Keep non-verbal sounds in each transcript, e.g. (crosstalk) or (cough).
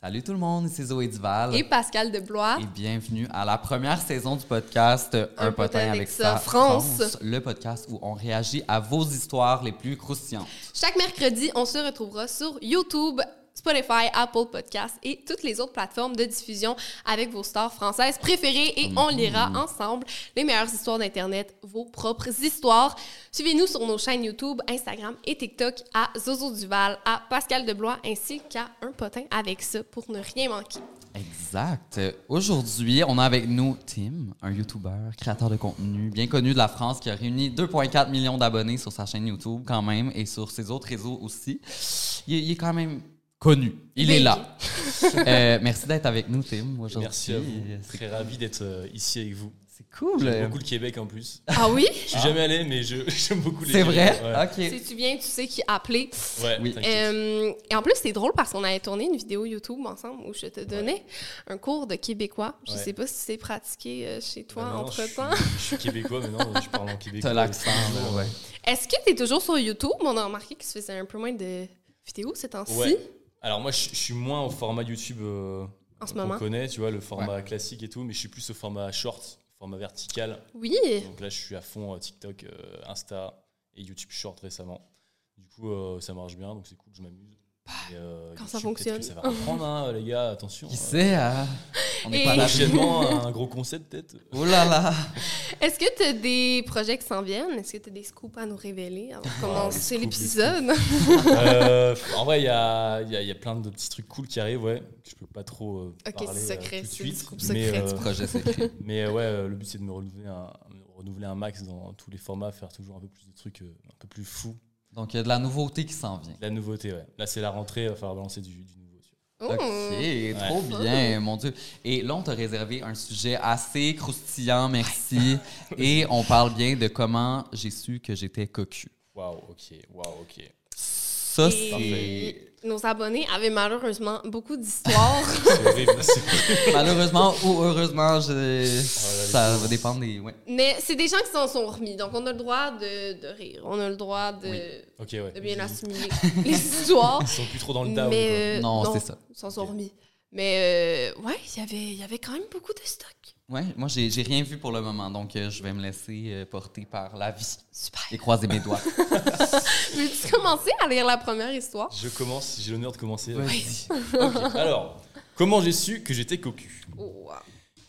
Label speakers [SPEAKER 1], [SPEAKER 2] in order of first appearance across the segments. [SPEAKER 1] Salut tout le monde, c'est Zoé Duval.
[SPEAKER 2] et Pascal de Blois.
[SPEAKER 1] Et bienvenue à la première saison du podcast euh, Un, potin, avec ça,
[SPEAKER 2] France.
[SPEAKER 1] le podcast où on réagit à vos histoires les plus croustillantes.
[SPEAKER 2] Chaque mercredi, on se retrouvera sur YouTube, Spotify, Apple Podcasts et toutes les autres plateformes de diffusion avec vos stars françaises préférées et on lira ensemble les meilleures histoires d'Internet, vos propres histoires. Suivez-nous sur nos chaînes YouTube, Instagram et TikTok à Zozo Duval, à Pascal Deblois ainsi qu'à Un Potin avec ça pour ne rien manquer.
[SPEAKER 1] Exact. Euh, Aujourd'hui, on a avec nous Tim, un YouTuber, créateur de contenu bien connu de la France qui a réuni 2,4 millions d'abonnés sur sa chaîne YouTube quand même et sur ses autres réseaux aussi. Il, est- il est quand même connu. Il est (laughs)
[SPEAKER 2] Big.
[SPEAKER 1] là. Euh, merci d'être avec nous, Tim, aujourd'hui.
[SPEAKER 3] Merci à vous.
[SPEAKER 1] C'est-
[SPEAKER 3] Très ravi d'être euh, ici avec vous.
[SPEAKER 1] C'est cool.
[SPEAKER 3] J'aime beaucoup le Québec en plus.
[SPEAKER 2] Ah oui?
[SPEAKER 3] Je suis jamais allé, mais je- (laughs) j'aime beaucoup les
[SPEAKER 1] C'est
[SPEAKER 3] Québec.
[SPEAKER 1] vrai?
[SPEAKER 3] Ouais.
[SPEAKER 1] OK.
[SPEAKER 2] si tu viens, tu sais qui appeler.
[SPEAKER 3] Ouais,
[SPEAKER 1] Oui.
[SPEAKER 3] t'inquiète. Bah,
[SPEAKER 2] Euh, et en plus, c'est drôle parce qu'on avait tourné une vidéo YouTube ensemble où je te donnais un cours de québécois. Je
[SPEAKER 3] Ouais.
[SPEAKER 2] sais pas si c'est pratiqué euh, chez toi
[SPEAKER 3] Mais non, je suis-
[SPEAKER 2] entre-temps.
[SPEAKER 3] Je, suis québécois, mais non, je parle en québécois.
[SPEAKER 1] T'as l'accent,
[SPEAKER 3] toujours.
[SPEAKER 1] là, ouais.
[SPEAKER 2] Est-ce que tu es toujours sur YouTube? On a remarqué qu'il se faisait un peu moins de vidéos ces temps-ci
[SPEAKER 3] Ouais. Alors moi, je, je suis moins au format YouTube euh,
[SPEAKER 2] en ce
[SPEAKER 3] qu'on
[SPEAKER 2] moment.
[SPEAKER 3] connaît, tu vois, le format classique et tout, mais je suis plus au format short, format vertical.
[SPEAKER 2] Oui.
[SPEAKER 3] Donc là, je suis à fond euh, TikTok, euh, Insta et YouTube Short récemment. Du coup, euh, ça marche bien, donc c'est cool, je m'amuse. Et, euh,
[SPEAKER 2] Bah, Quand ça
[SPEAKER 3] YouTube, peut-être
[SPEAKER 2] fonctionne.
[SPEAKER 3] que Ça va reprendre, hein, les gars, attention.
[SPEAKER 1] Qui
[SPEAKER 3] Euh,
[SPEAKER 1] sait, hein? on n'est
[SPEAKER 2] Et-
[SPEAKER 1] pas à l'abri.
[SPEAKER 3] Prochainement, un gros concept peut-être.
[SPEAKER 1] Oh là là!
[SPEAKER 2] Est-ce que tu as des projets qui s'en viennent? Est-ce que tu as des scoops à nous révéler avant de commencer
[SPEAKER 3] scoops, Ah, des
[SPEAKER 2] l'épisode?
[SPEAKER 3] Euh, en vrai, il y a, il y a- il y a plein de petits trucs cool qui arrivent, ouais, que je peux pas trop euh,
[SPEAKER 2] Ok,
[SPEAKER 3] parler
[SPEAKER 2] c'est secret,
[SPEAKER 3] euh, tout de
[SPEAKER 2] c'est du
[SPEAKER 3] suite.
[SPEAKER 2] scoop secret,
[SPEAKER 3] euh,
[SPEAKER 2] tu
[SPEAKER 1] Projet secret.
[SPEAKER 3] mais euh, ouais, euh, le but c'est de me renouveler un, me renouveler un max dans tous les formats, faire toujours un peu plus de trucs euh, un peu plus fous.
[SPEAKER 1] Donc, il y a de la nouveauté qui s'en vient.
[SPEAKER 3] De La nouveauté, ouais. Là, c'est la rentrée, il va falloir balancer du, du nouveau. tu vois.
[SPEAKER 2] (laughs) Oh!
[SPEAKER 1] Ok, trop bien, mon Dieu. Et là, on t'a réservé un sujet assez croustillant, merci. (laughs) Et on parle bien de comment j'ai su que j'étais cocu.
[SPEAKER 3] Waouh, ok, waouh, ok.
[SPEAKER 1] Ça, c'est...
[SPEAKER 2] Et nos abonnés avaient malheureusement beaucoup
[SPEAKER 3] (laughs)
[SPEAKER 2] d'histoires. (laughs)
[SPEAKER 3] C'est horrible. c'est horrible.
[SPEAKER 1] Malheureusement ou heureusement, je... ça va dépendre des... ouais.
[SPEAKER 2] Mais c'est des gens qui s'en sont remis, donc on a le droit de, de rire, on a le droit de,
[SPEAKER 3] Ok, ouais.
[SPEAKER 2] de Eh bien
[SPEAKER 3] Ils-
[SPEAKER 2] assimiler
[SPEAKER 3] (laughs)
[SPEAKER 2] les histoires.
[SPEAKER 3] Ils sont plus trop dans le down. quoi.
[SPEAKER 2] Mais euh,
[SPEAKER 1] Non, c'est ça.
[SPEAKER 2] Ils s'en sont remis. Mais euh, ouais, il y avait- il y avait quand même beaucoup de stock.
[SPEAKER 1] Ouais, moi, j'ai j'ai rien vu pour le moment, donc euh, je vais me laisser euh, porter par la vie
[SPEAKER 2] Super.
[SPEAKER 1] et croiser mes doigts.
[SPEAKER 2] (laughs) Veux-tu commencer à lire la première histoire?
[SPEAKER 3] Je commence, j'ai l'honneur de commencer.
[SPEAKER 2] (laughs)
[SPEAKER 3] Ok, Alors, comment j'ai su que j'étais cocu
[SPEAKER 2] Oh, wow.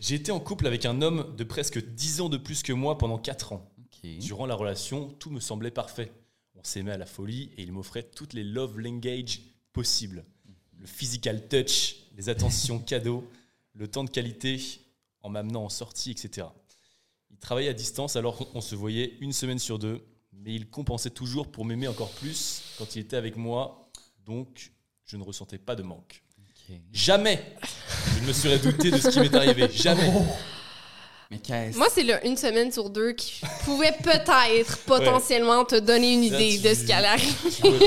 [SPEAKER 3] J'ai été en couple avec un homme de presque 10 ans de plus que moi pendant 4 ans.
[SPEAKER 1] Ok.
[SPEAKER 3] Durant la relation, tout me semblait parfait. On s'aimait à la folie et il m'offrait toutes les love language possibles. Le physical touch, les attentions cadeaux, le temps de qualité en m'amenant en sortie, etc. Il travaillait à distance alors qu'on- on se voyait une semaine sur deux, mais il compensait toujours pour m'aimer encore plus quand il était avec moi, donc je ne ressentais pas de manque.
[SPEAKER 1] Ok.
[SPEAKER 3] Jamais je ne me serais douté de ce qui m'est arrivé. Jamais.
[SPEAKER 1] Mais qu'est-ce
[SPEAKER 2] Moi, c'est le une semaine sur deux qui pouvait
[SPEAKER 3] (laughs)
[SPEAKER 2] peut-être potentiellement te donner une
[SPEAKER 3] Là,
[SPEAKER 2] idée
[SPEAKER 3] tu-
[SPEAKER 2] de ce
[SPEAKER 3] (laughs)
[SPEAKER 2] qu'elle arrive.
[SPEAKER 3] Tu vois,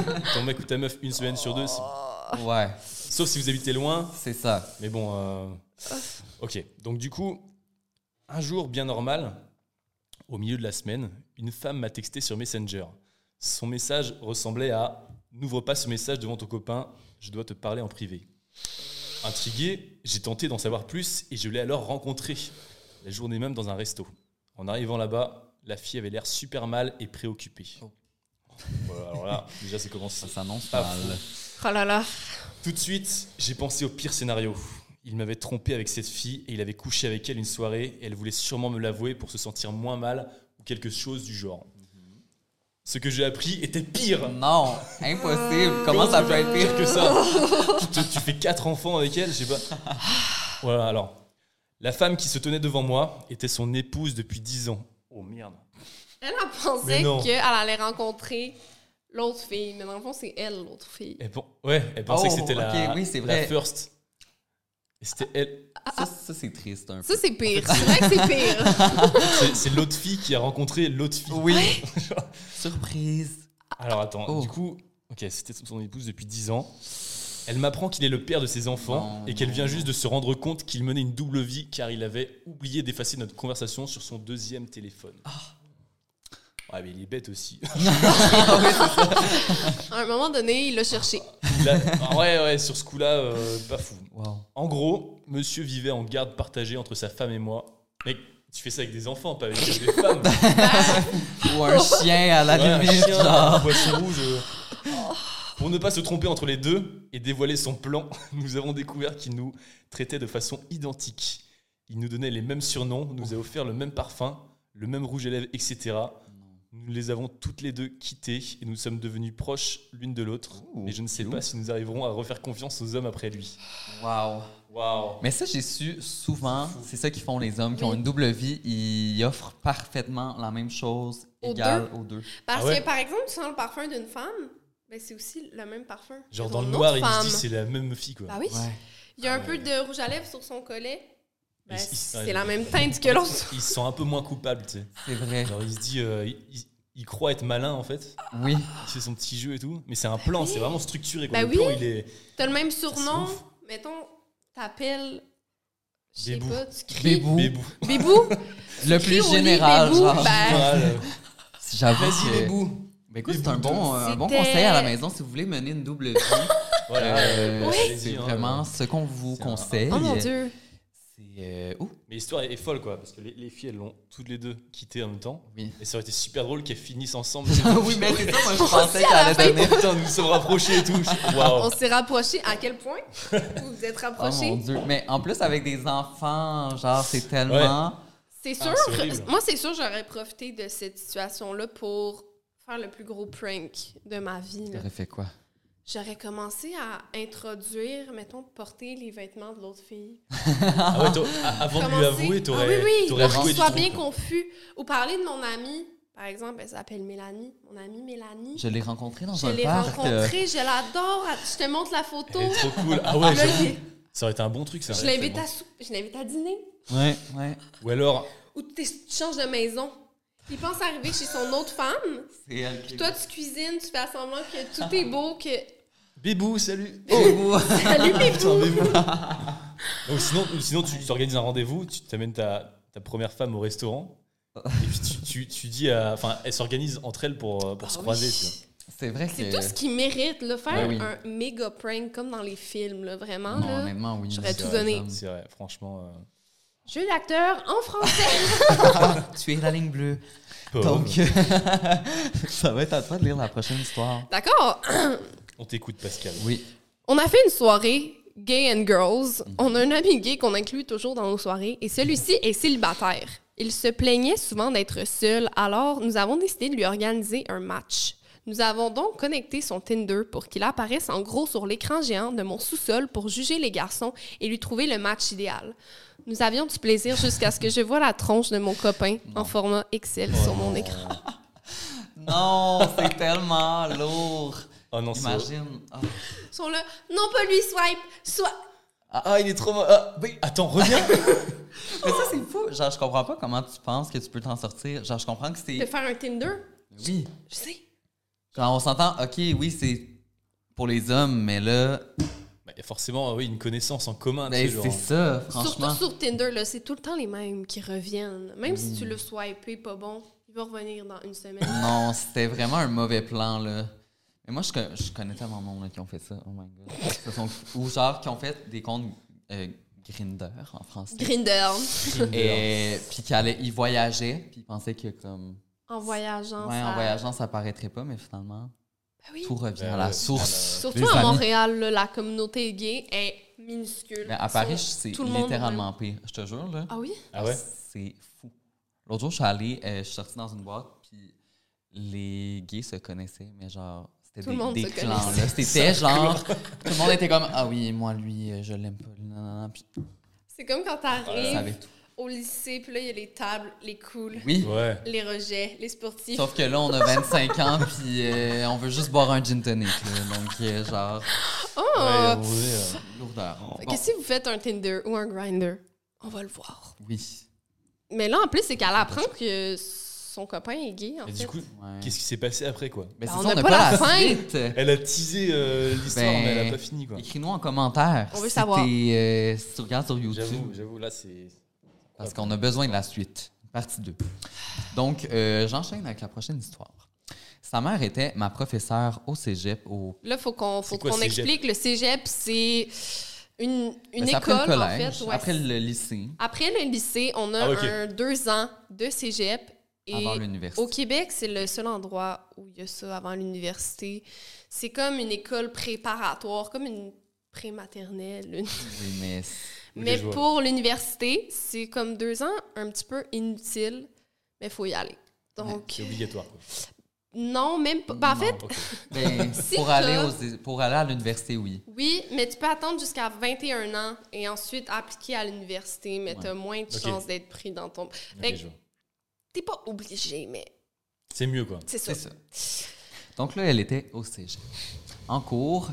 [SPEAKER 3] te- ton, ton mec ou ta meuf une semaine sur deux, c'est-
[SPEAKER 1] Ouais,
[SPEAKER 3] sauf si vous habitez loin.
[SPEAKER 1] c'est ça.
[SPEAKER 3] Mais bon, euh, ok. Donc du coup, un jour bien normal, au milieu de la semaine, une femme m'a texté sur Messenger. Son message ressemblait à "N'ouvre pas ce message devant ton copain, je dois te parler en privé." Intrigué, j'ai tenté d'en savoir plus et je l'ai alors rencontrée la journée même dans un resto. En arrivant là-bas, la fille avait l'air super mal et préoccupée. Voilà, alors là, déjà c'est commencé.
[SPEAKER 1] Oh. Ça s'annonce
[SPEAKER 3] Ah,
[SPEAKER 1] mal.
[SPEAKER 2] Oh là là.
[SPEAKER 3] Tout de suite, j'ai pensé au pire scénario. Il m'avait trompé avec cette fille et il avait couché avec elle une soirée et elle voulait sûrement me l'avouer pour se sentir moins mal ou quelque chose du genre. Ce que j'ai appris était pire
[SPEAKER 1] Non, impossible. Comment ça peut être pire
[SPEAKER 3] que ça.
[SPEAKER 1] (laughs)
[SPEAKER 3] tu, te- tu fais quatre enfants avec elle, je sais pas. Voilà, alors. La femme qui se tenait devant moi était son épouse depuis 10 ans. Oh merde.
[SPEAKER 2] Elle a pensé
[SPEAKER 3] Mais non.
[SPEAKER 2] qu'elle allait rencontrer l'autre fille, mais dans le fond, c'est elle, l'autre fille.
[SPEAKER 3] Elle, pen- ouais, elle pensait
[SPEAKER 1] Oh,
[SPEAKER 3] que c'était la,
[SPEAKER 1] ok, oui, c'est
[SPEAKER 3] la
[SPEAKER 1] vrai.
[SPEAKER 3] first. Et C'était elle.
[SPEAKER 2] Ah.
[SPEAKER 1] Ça, ça, c'est triste un
[SPEAKER 2] Ça,
[SPEAKER 1] peu.
[SPEAKER 2] c'est pire. C'est vrai
[SPEAKER 3] (laughs)
[SPEAKER 2] que c'est pire.
[SPEAKER 3] C'est- C'est l'autre fille qui a rencontré l'autre fille.
[SPEAKER 1] Oui. Surprise.
[SPEAKER 3] (laughs) Alors attends,
[SPEAKER 1] Oh.
[SPEAKER 3] du coup, ok, c'était son épouse depuis 10 ans. Elle m'apprend qu'il est le père de ses enfants
[SPEAKER 1] Non,
[SPEAKER 3] et qu'elle vient juste de se rendre compte qu'il menait une double vie car il avait oublié d'effacer notre conversation sur son deuxième téléphone.
[SPEAKER 1] Ah.
[SPEAKER 3] Ouais, mais il est bête aussi. (laughs)
[SPEAKER 2] À un moment donné, il l'a cherché.
[SPEAKER 3] Il a- ah ouais, ouais, sur ce coup-là, euh, pas fou.
[SPEAKER 2] (laughs)
[SPEAKER 1] Wow.
[SPEAKER 3] En gros, monsieur vivait en garde partagée entre sa femme et moi. Mec, tu fais ça avec des enfants, pas avec des femmes.
[SPEAKER 1] Ou un chien à la
[SPEAKER 3] Ouais, un
[SPEAKER 1] limite,
[SPEAKER 3] chien,
[SPEAKER 1] genre.
[SPEAKER 3] un poisson rouge, euh. Pour ne pas se tromper entre les deux et dévoiler son plan, (laughs) nous avons découvert qu'il nous traitait de façon identique. Il nous donnait les mêmes surnoms, nous a offert le même parfum, le même rouge à lèvres, etc. Nous les avons toutes les deux quittées et nous sommes devenus proches l'une de l'autre.
[SPEAKER 1] Ouh,
[SPEAKER 3] Mais je ne sais
[SPEAKER 1] cute.
[SPEAKER 3] pas si nous arriverons à refaire confiance aux hommes après lui.
[SPEAKER 1] Wow.
[SPEAKER 3] Waouh
[SPEAKER 1] Mais ça, j'ai su souvent, c'est ça qu'ils font les hommes qui ont une double vie, ils offrent parfaitement la même chose
[SPEAKER 2] Aux
[SPEAKER 1] égale aux deux.
[SPEAKER 2] Parce
[SPEAKER 3] Ah ouais?
[SPEAKER 2] que, par exemple, tu sens le parfum d'une femme, ben, c'est aussi le même parfum. que
[SPEAKER 3] Genre dans le
[SPEAKER 2] d'une
[SPEAKER 3] noir,
[SPEAKER 2] autre
[SPEAKER 3] il se dit
[SPEAKER 2] femme.
[SPEAKER 3] c'est la même fille quoi.
[SPEAKER 2] Bah oui.
[SPEAKER 1] Ouais.
[SPEAKER 2] Il y a un
[SPEAKER 3] Ah
[SPEAKER 2] peu
[SPEAKER 3] ouais.
[SPEAKER 2] de rouge à lèvres sur son collet. Ben,
[SPEAKER 3] Il- il-
[SPEAKER 2] c'est la même teinte que l'autre.
[SPEAKER 3] (laughs) Il se sent un peu moins coupable, tu sais.
[SPEAKER 1] C'est vrai.
[SPEAKER 3] Genre il se dit, euh, il- il- il croit être malin en fait.
[SPEAKER 1] Oui.
[SPEAKER 3] Il fait son petit jeu et tout. Mais c'est un plan, c'est vraiment structuré. Quoi.
[SPEAKER 2] Bah
[SPEAKER 3] le
[SPEAKER 2] oui.
[SPEAKER 3] plan, il est.
[SPEAKER 2] T'as le même
[SPEAKER 3] Ça,
[SPEAKER 2] surnom.
[SPEAKER 3] c'est ouf.
[SPEAKER 2] Mettons, t'appelles. Je sais
[SPEAKER 3] Bébou.
[SPEAKER 2] pas, tu cries.
[SPEAKER 1] Bébou.
[SPEAKER 3] Bébou.
[SPEAKER 2] Bébou.
[SPEAKER 3] (laughs)
[SPEAKER 1] Le
[SPEAKER 2] Crie
[SPEAKER 1] plus
[SPEAKER 2] au lit,
[SPEAKER 1] général,
[SPEAKER 2] Bébou,
[SPEAKER 1] genre.
[SPEAKER 2] ben,
[SPEAKER 3] Voilà, (laughs) le-
[SPEAKER 1] J'avoue
[SPEAKER 3] Vas-y,
[SPEAKER 1] que-
[SPEAKER 3] Bébou.
[SPEAKER 1] Ben écoute,
[SPEAKER 3] Bébou
[SPEAKER 1] c'est un bon,
[SPEAKER 2] deux.
[SPEAKER 1] un bon
[SPEAKER 2] C'était-
[SPEAKER 1] conseil à la maison si vous voulez mener une double vie.
[SPEAKER 3] Voilà.
[SPEAKER 1] Euh,
[SPEAKER 3] euh,
[SPEAKER 1] C'est
[SPEAKER 3] allez-y, hein.
[SPEAKER 1] vraiment ce qu'on vous
[SPEAKER 3] C'est un-
[SPEAKER 1] conseille.
[SPEAKER 2] Oh mon Dieu.
[SPEAKER 1] C'est. euh, ouh,
[SPEAKER 3] Mais l'histoire est, est folle, quoi. Parce que les, les filles, elles l'ont toutes les deux quitté en même temps.
[SPEAKER 1] oui. (laughs)
[SPEAKER 3] Et ça aurait été super drôle qu'elles finissent ensemble.
[SPEAKER 1] oui, mais c'est ça, moi je pensais qu'elle
[SPEAKER 2] à la
[SPEAKER 1] allait
[SPEAKER 2] fin.
[SPEAKER 1] donner.
[SPEAKER 3] (laughs) Putain, nous nous sommes rapprochés et tout.
[SPEAKER 2] On
[SPEAKER 3] Waouh.
[SPEAKER 2] s'est rapprochés. À quel
[SPEAKER 3] (laughs)
[SPEAKER 2] point vous vous êtes
[SPEAKER 1] Oh mon
[SPEAKER 2] rapprochés?
[SPEAKER 1] Dieu. Mais en plus, avec des enfants, genre, c'est tellement.
[SPEAKER 2] c'est sûr.
[SPEAKER 3] Ah, c'est horrible.
[SPEAKER 2] moi, c'est sûr, j'aurais profité de cette situation-là pour faire le plus gros prank de ma vie. là.
[SPEAKER 1] T'aurais fait quoi?
[SPEAKER 2] J'aurais commencé à introduire, mettons, porter les vêtements de l'autre fille.
[SPEAKER 3] Ah ouais, t'a- a- avant de lui
[SPEAKER 2] Commencer-
[SPEAKER 3] avouer, t'aurais.
[SPEAKER 2] Ah oui, oui,
[SPEAKER 3] t'aurais
[SPEAKER 2] pour
[SPEAKER 3] avoué
[SPEAKER 2] qu'on
[SPEAKER 3] du
[SPEAKER 2] soit
[SPEAKER 3] truc,
[SPEAKER 2] bien
[SPEAKER 3] quoi.
[SPEAKER 2] confus. Ou parler de mon amie. Par exemple, elle s'appelle Mélanie. Mon amie Mélanie.
[SPEAKER 1] Je l'ai rencontré dans
[SPEAKER 2] Je
[SPEAKER 1] un
[SPEAKER 2] l'ai
[SPEAKER 1] parc. euh,
[SPEAKER 2] rencontrée, je l'adore. Je te montre la photo.
[SPEAKER 3] Elle est trop cool. Ah
[SPEAKER 2] Là,
[SPEAKER 3] ouais, j'avoue.
[SPEAKER 2] il-
[SPEAKER 3] ça aurait été un bon truc, ça.
[SPEAKER 2] je l'invite à, sou- je l'invite à dîner.
[SPEAKER 1] Ouais, ouais.
[SPEAKER 3] Ou alors,
[SPEAKER 2] Ou t'es- tu changes de maison. Il pense arriver chez son autre femme.
[SPEAKER 1] C'est Ah. elle qui.
[SPEAKER 2] Toi, tu cuisines, tu fais semblant que tout est beau, que. (laughs)
[SPEAKER 3] Bébou, salut.
[SPEAKER 1] Oh!
[SPEAKER 2] Salut,
[SPEAKER 1] (laughs)
[SPEAKER 3] Putain,
[SPEAKER 2] bébou!
[SPEAKER 3] Bébou. (laughs) Donc, sinon, ou sinon, tu t'organises un rendez-vous, tu t'amènes ta, ta première femme au restaurant. Et puis tu, tu- tu dis à. Enfin, elles s'organisent entre elles pour, euh, pour se
[SPEAKER 2] Ah oui.
[SPEAKER 3] croiser. tu vois.
[SPEAKER 1] C'est vrai que.
[SPEAKER 2] C'est tout ce qui mérite, là, faire
[SPEAKER 1] Ouais, Ben oui.
[SPEAKER 2] un méga prank comme dans les films, là, vraiment.
[SPEAKER 1] Non,
[SPEAKER 2] là.
[SPEAKER 1] honnêtement, oui.
[SPEAKER 2] J'aurais
[SPEAKER 1] c'est
[SPEAKER 2] tout
[SPEAKER 1] vrai,
[SPEAKER 2] donné.
[SPEAKER 1] ça.
[SPEAKER 3] C'est vrai, franchement. euh,
[SPEAKER 2] Jeu d'acteur en français.
[SPEAKER 1] Ah, Tu es la ligne bleue.
[SPEAKER 3] pauvre.
[SPEAKER 1] Donc, (laughs) ça va être à toi de lire la prochaine histoire.
[SPEAKER 2] (laughs) D'accord.
[SPEAKER 3] On t'écoute, Pascal.
[SPEAKER 1] Oui.
[SPEAKER 2] On a fait une soirée gay and girls. On a un ami gay qu'on inclut toujours dans nos soirées et celui-ci est célibataire. Il se plaignait souvent d'être seul, alors nous avons décidé de lui organiser un match. Nous avons donc connecté son Tinder pour qu'il apparaisse en gros sur l'écran géant de mon sous-sol pour juger les garçons et lui trouver le match idéal. Nous avions du plaisir jusqu'à ce que je vois la tronche de mon copain en format Excel sur mon écran.
[SPEAKER 1] Non, c'est tellement lourd.
[SPEAKER 3] Oh non, c'est.
[SPEAKER 1] Imagine. Ah.
[SPEAKER 2] Ils sont là, non pas lui swipe, soit
[SPEAKER 1] Ah.
[SPEAKER 3] Ah, il est trop. mo- Ah, oui, attends, reviens. (laughs)
[SPEAKER 1] Mais
[SPEAKER 2] Oh,
[SPEAKER 1] ça, c'est fou. Genre, je comprends pas comment tu penses que tu peux t'en sortir. Genre, je comprends que
[SPEAKER 2] De
[SPEAKER 1] c'est.
[SPEAKER 2] faire un Tinder,
[SPEAKER 1] Oui.
[SPEAKER 2] je sais.
[SPEAKER 1] Genre, on s'entend, OK, oui, c'est pour les hommes, mais là.
[SPEAKER 3] Bah, forcément, oui, une connaissance en commun. tu
[SPEAKER 1] Ben,
[SPEAKER 3] sais, genre.
[SPEAKER 1] c'est ça, franchement.
[SPEAKER 2] Surtout sur Tinder, là, c'est tout le temps les mêmes qui reviennent. Même si
[SPEAKER 1] Mm.
[SPEAKER 2] tu le swipes pas bon, il va revenir dans une semaine. (laughs)
[SPEAKER 1] Non, c'était vraiment un mauvais plan, là. Mais moi, je, co- je connais tellement de monde là, qui ont fait ça. Oh my
[SPEAKER 2] (laughs)
[SPEAKER 1] god. Ce sont- ou genre qui ont fait des comptes euh, Grinder en français.
[SPEAKER 2] Grinder,
[SPEAKER 1] (laughs) Et puis qui allaient, ils voyageaient, puis ils pensaient que comme.
[SPEAKER 2] en voyageant.
[SPEAKER 1] ouais, en
[SPEAKER 2] ça-
[SPEAKER 1] voyageant, ça paraîtrait pas, mais finalement,
[SPEAKER 2] Ben oui.
[SPEAKER 1] tout revient
[SPEAKER 3] Ben
[SPEAKER 1] à la
[SPEAKER 3] ouais.
[SPEAKER 1] source.
[SPEAKER 2] Surtout
[SPEAKER 1] Les
[SPEAKER 2] à
[SPEAKER 1] amis.
[SPEAKER 2] Montréal, là, la communauté gay est minuscule.
[SPEAKER 1] Mais Ben, à
[SPEAKER 2] Ils
[SPEAKER 1] Paris,
[SPEAKER 2] sont-
[SPEAKER 1] c'est
[SPEAKER 2] tout le monde-
[SPEAKER 1] littéralement pire. Je te jure, là.
[SPEAKER 2] Ah oui?
[SPEAKER 3] Ah ouais
[SPEAKER 1] C'est fou. L'autre jour, je suis allée, euh, je suis sortie dans une boîte, puis les gays se connaissaient, mais genre, c'était
[SPEAKER 2] Tout le
[SPEAKER 1] des,
[SPEAKER 2] monde
[SPEAKER 1] des
[SPEAKER 2] se
[SPEAKER 1] clans,
[SPEAKER 2] connaissait.
[SPEAKER 1] là.
[SPEAKER 2] (laughs)
[SPEAKER 1] C'était genre, tout le monde était comme, ah oui, moi, lui, euh, je l'aime pas, lui, non, non, non. Puis,
[SPEAKER 2] C'est comme quand
[SPEAKER 1] ça avait
[SPEAKER 2] t'arrives
[SPEAKER 1] tout.
[SPEAKER 2] au lycée, puis là, il y a les tables, les cools,
[SPEAKER 1] Oui.
[SPEAKER 3] Ouais.
[SPEAKER 2] les rejets, les sportifs.
[SPEAKER 1] Sauf que là, on a 25 ans, puis euh, on veut juste boire un gin tonic, là. Donc, euh, genre,
[SPEAKER 2] Oh!
[SPEAKER 3] Ouais, on est, euh,
[SPEAKER 1] lourdeur. Bon,
[SPEAKER 2] Que si vous faites un Tinder ou un Grinder, on va le voir.
[SPEAKER 1] oui.
[SPEAKER 2] Mais là, en plus, c'est qu'elle apprend que son copain est gay, en
[SPEAKER 3] Et
[SPEAKER 2] fait.
[SPEAKER 3] du coup,
[SPEAKER 1] Ouais.
[SPEAKER 3] qu'est-ce qui s'est passé après, quoi
[SPEAKER 1] Mais
[SPEAKER 2] Ben,
[SPEAKER 1] c'est
[SPEAKER 2] on
[SPEAKER 1] ça, on
[SPEAKER 2] n'a
[SPEAKER 1] n'a
[SPEAKER 2] pas
[SPEAKER 1] pas,
[SPEAKER 2] la
[SPEAKER 1] la
[SPEAKER 2] fin.
[SPEAKER 1] suite.
[SPEAKER 3] Elle a teasé euh, l'histoire,
[SPEAKER 1] Ben,
[SPEAKER 3] mais elle a pas fini, quoi.
[SPEAKER 1] Écris-nous en commentaire.
[SPEAKER 2] On veut
[SPEAKER 1] si
[SPEAKER 2] savoir.
[SPEAKER 1] t'es, euh, si tu regardes sur YouTube.
[SPEAKER 3] J'avoue, j'avoue, là, c'est.
[SPEAKER 1] Parce qu'on a besoin de la suite. Partie 2. Donc, euh, j'enchaîne avec la prochaine histoire. Sa mère était ma professeure au cégep au.
[SPEAKER 2] Là, faut qu'on faut
[SPEAKER 3] C'est quoi,
[SPEAKER 2] qu'on
[SPEAKER 3] cégep?
[SPEAKER 2] explique. Le cégep, c'est une, une
[SPEAKER 1] Ben, c'est
[SPEAKER 2] école,
[SPEAKER 1] après le collège,
[SPEAKER 2] en fait. ouais.
[SPEAKER 1] après le lycée,
[SPEAKER 2] Après le lycée, on a
[SPEAKER 3] Ah, ok.
[SPEAKER 2] un deux ans de cégep. Et
[SPEAKER 1] avant l'université.
[SPEAKER 2] au Québec, c'est le seul endroit où il y a ça avant l'université. C'est comme une école préparatoire, comme une prématernelle.
[SPEAKER 3] (laughs)
[SPEAKER 2] une-
[SPEAKER 1] Oui, mais
[SPEAKER 2] (laughs)
[SPEAKER 1] c'est-
[SPEAKER 2] Mais
[SPEAKER 3] je vois.
[SPEAKER 2] pour l'université, c'est comme deux ans, un petit peu inutile, mais faut y aller. Donc,
[SPEAKER 3] C'est obligatoire, quoi.
[SPEAKER 2] non, même pas. Ben, en fait,
[SPEAKER 3] Ok.
[SPEAKER 1] ben,
[SPEAKER 2] Si
[SPEAKER 1] pour,
[SPEAKER 2] t'as-
[SPEAKER 1] aller aux- pour aller à l'université, oui.
[SPEAKER 2] Oui, mais tu peux attendre jusqu'à 21 ans et ensuite appliquer à l'université, mais tu as moins de
[SPEAKER 3] Ok.
[SPEAKER 2] chances d'être pris dans ton. Fait
[SPEAKER 3] Ok,
[SPEAKER 2] que
[SPEAKER 3] je vois.
[SPEAKER 2] t'es pas obligé, mais
[SPEAKER 3] C'est mieux, quoi.
[SPEAKER 2] c'est ça.
[SPEAKER 1] C'est ça. Donc là, elle était au cégep. En cours,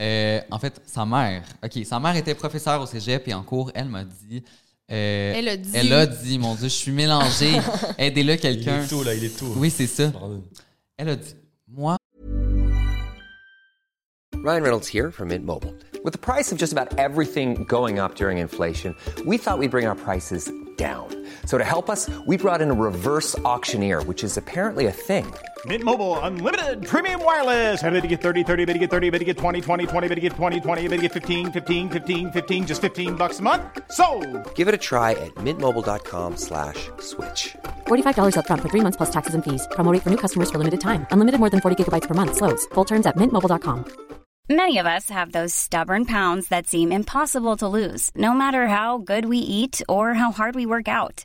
[SPEAKER 1] euh, en fait, sa mère, OK, sa mère était professeure au cégep et en cours, elle m'a dit. euh,
[SPEAKER 2] Elle a dit.
[SPEAKER 1] Elle a dit, mon Dieu, je suis mélangée.
[SPEAKER 2] (laughs)
[SPEAKER 1] Aidez-le
[SPEAKER 3] Il
[SPEAKER 1] quelqu'un.
[SPEAKER 3] est tôt, là, il est tôt.
[SPEAKER 1] Oui, c'est ça.
[SPEAKER 3] Pardon.
[SPEAKER 1] Elle a dit, moi,
[SPEAKER 4] Ryan Reynolds here from Mint Mobile. With the price of just about everything going up during inflation, we thought we'd bring our prices down. So to help us, we brought in a reverse auctioneer, which is apparently a thing.
[SPEAKER 5] Mint Mobile unlimited premium wireless. Ready to get 30, 30, ready to get 30, ready to get 20, 20, 20, ready to get 20, 20, ready to get 15, 15, 15, 15 just 15 bucks a month. Sold.
[SPEAKER 4] Give it a try at mintmobile.com slash switch.
[SPEAKER 6] $45 upfront for three months plus taxes and fees. Promo rate for new customers for limited time. Unlimited more than 40 gigabytes per month. Slows. Full terms at mintmobile.com.
[SPEAKER 7] Many of us have those stubborn pounds that seem impossible to lose, no matter how good we eat or how hard we work out.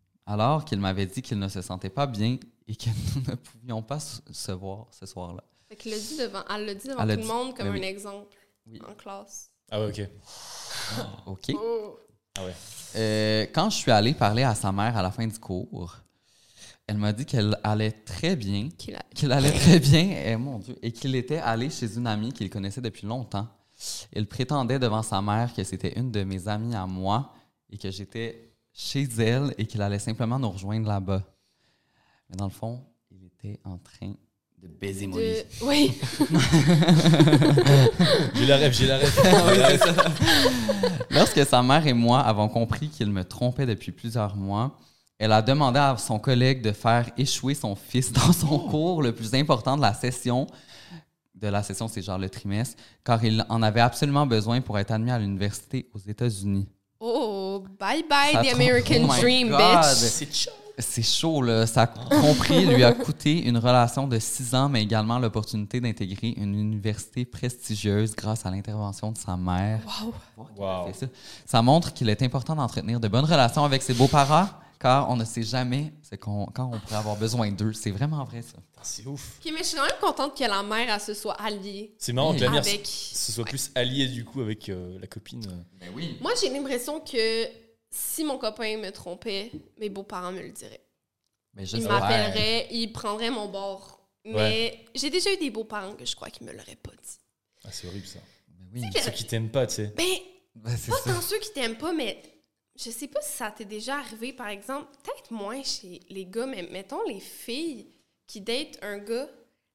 [SPEAKER 1] alors qu'il m'avait dit qu'il ne se sentait pas bien et que nous ne pouvions pas s- se voir ce soir-là.
[SPEAKER 2] Fait qu'elle l'a dit devant, elle l'a dit devant
[SPEAKER 1] Elle l'a
[SPEAKER 2] tout le
[SPEAKER 1] dit.
[SPEAKER 2] monde comme
[SPEAKER 1] Ben
[SPEAKER 2] un
[SPEAKER 1] oui.
[SPEAKER 2] exemple en classe.
[SPEAKER 3] Ah, ouais, ok.
[SPEAKER 1] OK?
[SPEAKER 2] Oh.
[SPEAKER 3] Ah, ouais.
[SPEAKER 1] Euh, quand je suis allée parler à sa mère à la fin du cours, elle m'a dit qu'elle allait très bien,
[SPEAKER 2] Qu'il a-
[SPEAKER 1] qu'il allait très bien, et, mon Dieu, et qu'il était allé chez une amie qu'il connaissait depuis longtemps. Il prétendait devant sa mère que c'était une de mes amies à moi et que j'étais chez elle et qu'il allait simplement nous rejoindre là-bas. Mais dans le fond, il était en train de baiser mon lit.
[SPEAKER 2] De- (laughs) Oui,
[SPEAKER 3] J'ai la rêve, j'ai la
[SPEAKER 1] (laughs)
[SPEAKER 3] rêve. J'ai la rêve.
[SPEAKER 1] Lorsque sa mère et moi avons compris qu'il me trompait depuis plusieurs mois, elle a demandé à son collègue de faire échouer son fils (laughs) dans son cours le plus important de la session. De la session, c'est genre le trimestre, car il en avait absolument besoin pour être admis à l'université aux États-unis.
[SPEAKER 2] oh, bye bye
[SPEAKER 1] Ça
[SPEAKER 2] the
[SPEAKER 1] trompe-
[SPEAKER 2] American
[SPEAKER 1] Oh my
[SPEAKER 2] Dream,
[SPEAKER 1] God.
[SPEAKER 2] bitch.
[SPEAKER 3] C'est chaud.
[SPEAKER 1] C'est chaud, là. Ça a compris, lui a coûté une relation de six ans, mais également l'opportunité d'intégrer une université prestigieuse grâce à l'intervention de sa mère. Wow!
[SPEAKER 3] Wow.
[SPEAKER 1] Ça. Ça montre qu'il est important d'entretenir de bonnes relations avec ses beaux-parents, car on ne sait jamais ce qu'on- quand on pourrait avoir besoin d'eux. C'est vraiment vrai, ça.
[SPEAKER 3] Putain, C'est ouf.
[SPEAKER 2] Ok, mais je suis quand même contente que la mère, elle se soit alliée.
[SPEAKER 3] C'est marrant que la mère
[SPEAKER 2] Avec-
[SPEAKER 3] se se soit plus alliée du coup avec euh, la copine.
[SPEAKER 2] Moi, j'ai l'impression que si mon copain me trompait, mes beaux-parents me le diraient.
[SPEAKER 1] Mais je
[SPEAKER 2] Ils
[SPEAKER 1] sais
[SPEAKER 2] m'appelleraient, ils prendraient mon bord. Mais
[SPEAKER 3] Ouais.
[SPEAKER 2] j'ai déjà eu des beaux-parents que je crois qu'ils me l'auraient pas dit.
[SPEAKER 3] Ah, c'est horrible ça.
[SPEAKER 1] oui.
[SPEAKER 2] Tu sais
[SPEAKER 3] Ceux
[SPEAKER 2] que-
[SPEAKER 3] qui t'aiment pas, tu sais.
[SPEAKER 2] Ben,
[SPEAKER 1] Ben, c'est
[SPEAKER 2] pas
[SPEAKER 1] ça.
[SPEAKER 2] tant ceux qui t'aiment pas, mais je sais pas si ça t'est déjà arrivé, par exemple, peut-être moins chez les gars, mais mettons les filles qui datent un gars,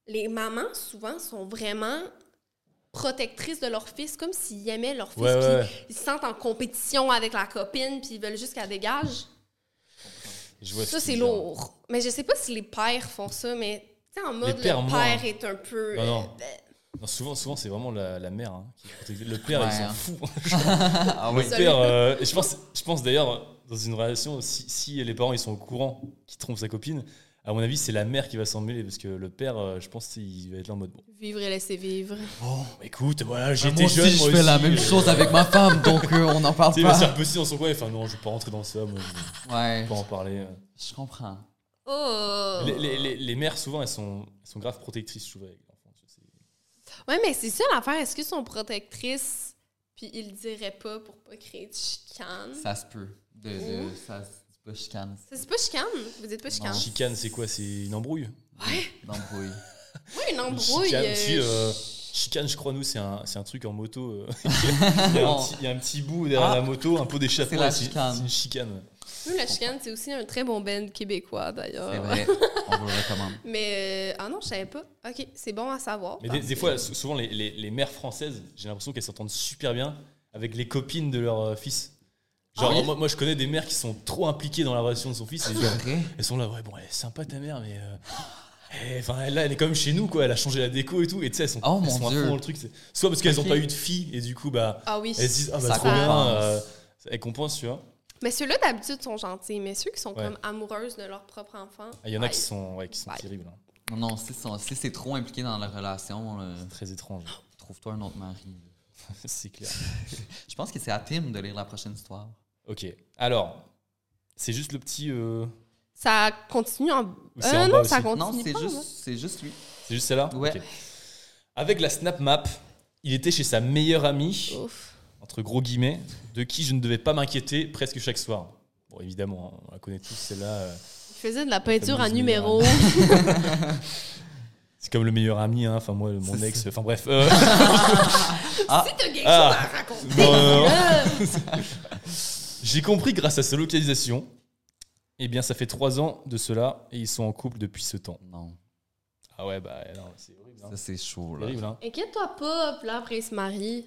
[SPEAKER 2] les mamans souvent sont vraiment protectrices de leur fils, comme s'ils aimaient leur fils,
[SPEAKER 3] Ouais,
[SPEAKER 2] puis
[SPEAKER 3] ouais.
[SPEAKER 2] ils se sentent en compétition avec la copine, puis ils veulent juste qu'elle dégage.
[SPEAKER 3] Je vois ce
[SPEAKER 2] ça,
[SPEAKER 3] que tu
[SPEAKER 2] c'est
[SPEAKER 3] veux dire.
[SPEAKER 2] lourd. Mais je sais pas si les pères font ça, mais tu sais, en mode,
[SPEAKER 3] pères,
[SPEAKER 2] le
[SPEAKER 3] moins.
[SPEAKER 2] père est un peu...
[SPEAKER 3] Non, non.
[SPEAKER 2] euh,
[SPEAKER 1] ben-
[SPEAKER 3] Non, souvent, souvent c'est vraiment la, la mère hein, qui est protégée. Le père,
[SPEAKER 1] Ouais,
[SPEAKER 3] il
[SPEAKER 1] hein.
[SPEAKER 3] s'en fout.
[SPEAKER 1] (laughs)
[SPEAKER 3] (laughs)
[SPEAKER 1] Ah oui.
[SPEAKER 3] Le père, euh, je pense, je pense d'ailleurs, dans une relation, si, si les parents ils sont au courant qu'ils trompent sa copine, à mon avis, c'est la mère qui va s'en mêler parce que le père, euh, je pense, il va être là en mode bon.
[SPEAKER 2] Vivre et laisser vivre.
[SPEAKER 3] Bon, écoute, voilà,
[SPEAKER 1] Ben,
[SPEAKER 3] j'étais
[SPEAKER 1] moi aussi,
[SPEAKER 3] jeune.
[SPEAKER 1] je
[SPEAKER 3] moi
[SPEAKER 1] fais la
[SPEAKER 3] aussi. euh,
[SPEAKER 1] même chose avec ma femme, donc euh, on n'en parle
[SPEAKER 3] Tu sais, il va se
[SPEAKER 1] pas.
[SPEAKER 3] faire pousser dans son coin et faire non, je vais pas rentrer dans ça, moi, je
[SPEAKER 1] Ouais,
[SPEAKER 3] vais pas en parler.
[SPEAKER 1] je comprends.
[SPEAKER 2] Oh!
[SPEAKER 3] Les, les- les- les mères, souvent, elles sont, elles sont grave protectrices, je trouve, avec l'enfant. tu sais.
[SPEAKER 2] Ouais, mais c'est ça l'affaire. Est-ce qu'ils sont protectrices, puis ils le diraient pas pour pas créer de chicane?
[SPEAKER 1] Ça se peut. De, de- ça se dit pas chicane.
[SPEAKER 2] Ça, C'est pas chicane? Vous dites pas chicane?
[SPEAKER 3] Chicane, c'est quoi C'est une embrouille
[SPEAKER 1] D'embrouille.
[SPEAKER 2] Oui, une
[SPEAKER 3] Une
[SPEAKER 2] embrouille.
[SPEAKER 3] Chicane,
[SPEAKER 2] euh,
[SPEAKER 3] si, euh, chicane, je crois, nous, c'est un, c'est un truc en moto. euh, (laughs) il, y a un
[SPEAKER 1] Non.
[SPEAKER 3] petit, il y a un petit bout derrière
[SPEAKER 1] Ah.
[SPEAKER 3] la moto, un pot d'échappement.
[SPEAKER 1] C'est la
[SPEAKER 3] et
[SPEAKER 1] chicane.
[SPEAKER 3] C'est une chicane.
[SPEAKER 2] oui, la chicane, c'est aussi un très bon band québécois,
[SPEAKER 1] C'est
[SPEAKER 2] d'ailleurs.
[SPEAKER 1] vrai. On vous le recommande.
[SPEAKER 2] Mais, euh, ah non, je savais pas. OK, c'est bon à savoir.
[SPEAKER 1] Ah,
[SPEAKER 3] Mais des, des fois, sou- souvent, les, les- les mères françaises, j'ai l'impression qu'elles s'entendent super bien avec les copines de leur euh, fils.
[SPEAKER 1] Ah
[SPEAKER 3] Genre, moi, moi, je connais des mères qui sont trop impliquées dans la relation de son fils. et genre,
[SPEAKER 1] vrai?
[SPEAKER 3] elles sont là, ouais, bon, elle est sympa ta mère, mais. euh, elle- Enfin, elle, là, elle est comme chez nous, quoi. Elle a changé la déco et tout. Et tu sais, elles sont,
[SPEAKER 1] Oh,
[SPEAKER 3] elles
[SPEAKER 1] mon
[SPEAKER 3] sont à
[SPEAKER 1] Dieu.
[SPEAKER 3] fond dans le truc. c'est- Soit parce qu'elles n'ont
[SPEAKER 1] Ok.
[SPEAKER 3] pas eu de fille, et du coup, bah,
[SPEAKER 2] Ah oui.
[SPEAKER 3] elles se disent, ah bah,
[SPEAKER 1] Ça
[SPEAKER 3] trop bien.
[SPEAKER 1] compense.
[SPEAKER 3] euh, elles compensent, tu vois.
[SPEAKER 2] Mais ceux-là, d'habitude, sont gentils. Mais ceux qui sont
[SPEAKER 3] Ouais.
[SPEAKER 2] comme amoureuses de leur propre enfant.
[SPEAKER 3] Ah, Il y en a
[SPEAKER 2] aïe.
[SPEAKER 3] qui sont, ouais, qui sont
[SPEAKER 2] Bye.
[SPEAKER 3] terribles. hein.
[SPEAKER 1] Non, si, son- si c'est trop impliqué dans la relation, euh,
[SPEAKER 3] Très étrange.
[SPEAKER 1] trouve-toi un autre mari.
[SPEAKER 3] (laughs) c'est clair.
[SPEAKER 1] Je pense que c'est à Tim de lire la prochaine histoire.
[SPEAKER 3] Ok. Alors, c'est juste le petit. euh,
[SPEAKER 2] Ça continue en.
[SPEAKER 3] c'est
[SPEAKER 2] Euh,
[SPEAKER 3] en
[SPEAKER 2] non,
[SPEAKER 3] bas
[SPEAKER 2] ça
[SPEAKER 3] aussi.
[SPEAKER 2] continue.
[SPEAKER 1] Non, c'est
[SPEAKER 2] pas,
[SPEAKER 1] juste,
[SPEAKER 2] hein.
[SPEAKER 1] c'est juste lui.
[SPEAKER 3] C'est juste celle-là
[SPEAKER 1] Ouais.
[SPEAKER 3] Ok. Avec la Snap Map, il était chez sa meilleure amie,
[SPEAKER 2] Ouf.
[SPEAKER 3] entre gros guillemets, de qui je ne devais pas m'inquiéter presque chaque soir. Bon, évidemment, hein, on la connaît tous, celle-là. euh,
[SPEAKER 2] Il faisait de la peinture en
[SPEAKER 3] fameuse
[SPEAKER 2] numéro.
[SPEAKER 3] c'est comme le meilleur ami, hein. enfin, moi, mon
[SPEAKER 1] C'est
[SPEAKER 3] ex. Enfin, bref.
[SPEAKER 2] (laughs)
[SPEAKER 3] euh, (laughs)
[SPEAKER 2] Si t'as quelque
[SPEAKER 3] Ah.
[SPEAKER 2] chose à raconter,
[SPEAKER 3] Bon,
[SPEAKER 2] (laughs)
[SPEAKER 3] non, non.
[SPEAKER 2] là,
[SPEAKER 3] J'ai compris grâce à sa localisation. Eh bien, ça fait trois ans de cela et ils sont en couple depuis ce temps.
[SPEAKER 1] Non,
[SPEAKER 3] Ah ouais, bah, non, c'est horrible. hein.
[SPEAKER 1] ça c'est chaud
[SPEAKER 3] C'est
[SPEAKER 1] là.
[SPEAKER 3] horrible, hein.
[SPEAKER 2] Inquiète-toi pas, puis là, après, il se marie.